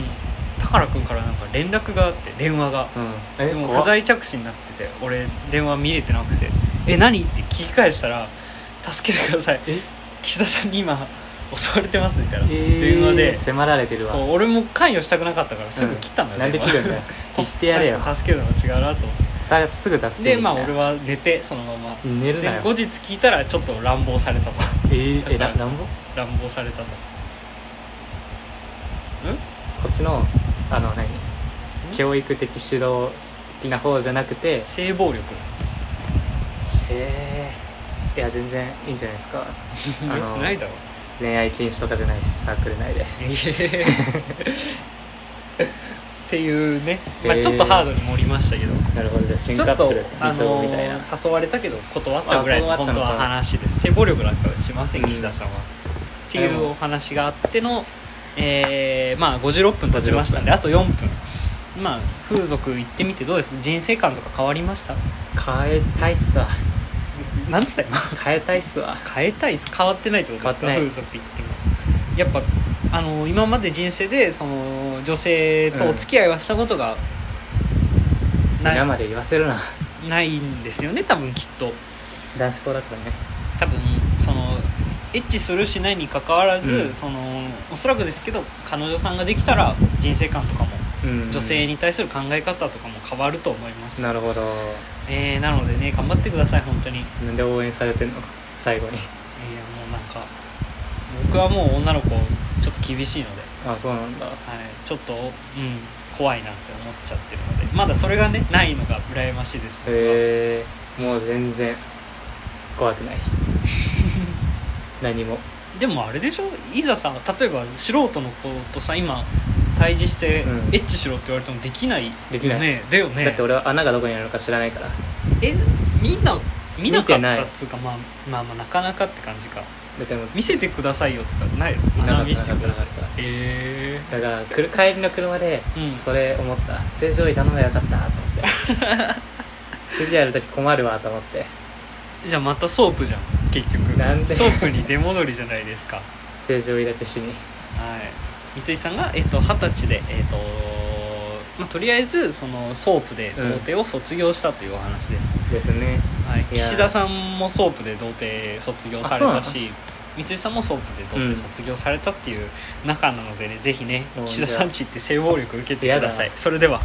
S1: 宝くんからなんか連絡があって電話が
S2: うん
S1: で
S2: え
S1: も
S2: 怖
S1: 不
S2: っ
S1: 在着信になってて俺電話見れてなくて「え何?」って聞き返したら「助けてください
S2: え
S1: 岸田さんに今襲われてます」みたいな、
S2: えー
S1: 電話で
S2: 迫られてるわ
S1: そう俺も関与したくなかったからすぐ切ったんだよ、
S2: なんで
S1: 電
S2: 切
S1: 話
S2: るん [LAUGHS] だよ言ってやれよ
S1: なんか [LAUGHS] 助けるのが違うなと思っ
S2: さすぐ出す
S1: てでまあ俺
S2: は
S1: は寝てそのまま
S2: 寝る
S1: で
S2: なよ
S1: 後日聞いたらちょっと乱暴されたと [LAUGHS]
S2: えー、え
S1: だ
S2: な
S1: から
S2: なんぼ
S1: 乱暴されたと
S2: こっちのあの何教育的指導的な方じゃなくて
S1: 性暴力
S2: えー、いや全然いいんじゃないですか
S1: よ
S2: [LAUGHS] あの
S1: くないだろ
S2: 恋愛禁止とかじゃないしサークル内
S1: [LAUGHS]
S2: で
S1: っていうね、ま
S2: へ
S1: あ、
S2: ー
S1: ちょっとハードに盛りましたけど、
S2: なるほどじゃあ新
S1: ち
S2: カ
S1: ょっ
S2: ッ
S1: と
S2: プルって
S1: あ
S2: 異常
S1: の
S2: みたいな、
S1: 誘われたけど断ったぐらいの
S2: あ断
S1: 本
S2: ったの
S1: 当
S2: か
S1: は話です性暴力なんかはしません
S2: うん
S1: 岸田さんは、って
S2: で
S1: いう
S2: も
S1: お話があっての、えーまあ、56分経ちましたんであと4分まあ風俗行ってみてどうです人生観とか変わりました
S2: 変えたいっすわ
S1: なんつった今 [LAUGHS]
S2: 変えたいっすわ
S1: 変えたいです変わってないってことですか
S2: 変わって
S1: 風俗行ってもやっぱあの今まで人生でその女性とお付き合いはしたことがない,、
S2: 皆まで言わせるな
S1: ないんですよね多分きっと
S2: 男子校だったね
S1: 多分そのエッチするしないにかかわらず、
S2: うん
S1: そのおそらくですけど彼女さんができたら人生観とかも
S2: うん
S1: 女性に対する考え方とかも変わると思います、
S2: なるほど
S1: えーなのでね頑張ってください本当に
S2: なんで応援されてんの最後に
S1: いやもうなんか僕はもう女の子ちょっと厳しいので
S2: あそうなんだ
S1: はい、ちょっと、うん、怖いなって思っちゃってるのでまだそれがねないのが羨ましいです僕は
S2: へえもう全然怖くない
S1: [LAUGHS]
S2: 何も
S1: でもあれでしょいざさ例えば素人の子とさ今対峙して、
S2: うん
S1: エッチしろって言われてもできないよ
S2: できない
S1: ねだよ
S2: だっ
S1: ね
S2: て俺は穴がどこにあるのか知らないからだ
S1: えみんな見なかっ
S2: 見てない
S1: たっつうかまあまあまあなかなかって感じか
S2: ってもう
S1: 見せてくださいよとかないよ
S2: なかった
S1: 穴見せてください
S2: なかっ
S1: え
S2: だから来る帰りの車で
S1: うん
S2: それ思った、正常位頼めばよかったと思って
S1: [LAUGHS]
S2: 次やるとき困るわと思って
S1: ー、じゃあまたソープじゃん結局
S2: なんで
S1: ソープに出戻りじゃないですか
S2: 正常位だけしに
S1: はい、三井さんがえっと二十、歳で、えっとまあ、とりあえずそのソープで童貞を卒業したというお話です、
S2: ですね
S1: はい、
S2: いや
S1: 岸田さんもソープで童貞卒業されたし三井さんもソープで童
S2: うん
S1: 貞卒業されたっていう仲なのでね、ぜひね
S2: もう
S1: 岸田さんち行って性暴力受けて
S2: や
S1: く
S2: だ
S1: ださいそれでは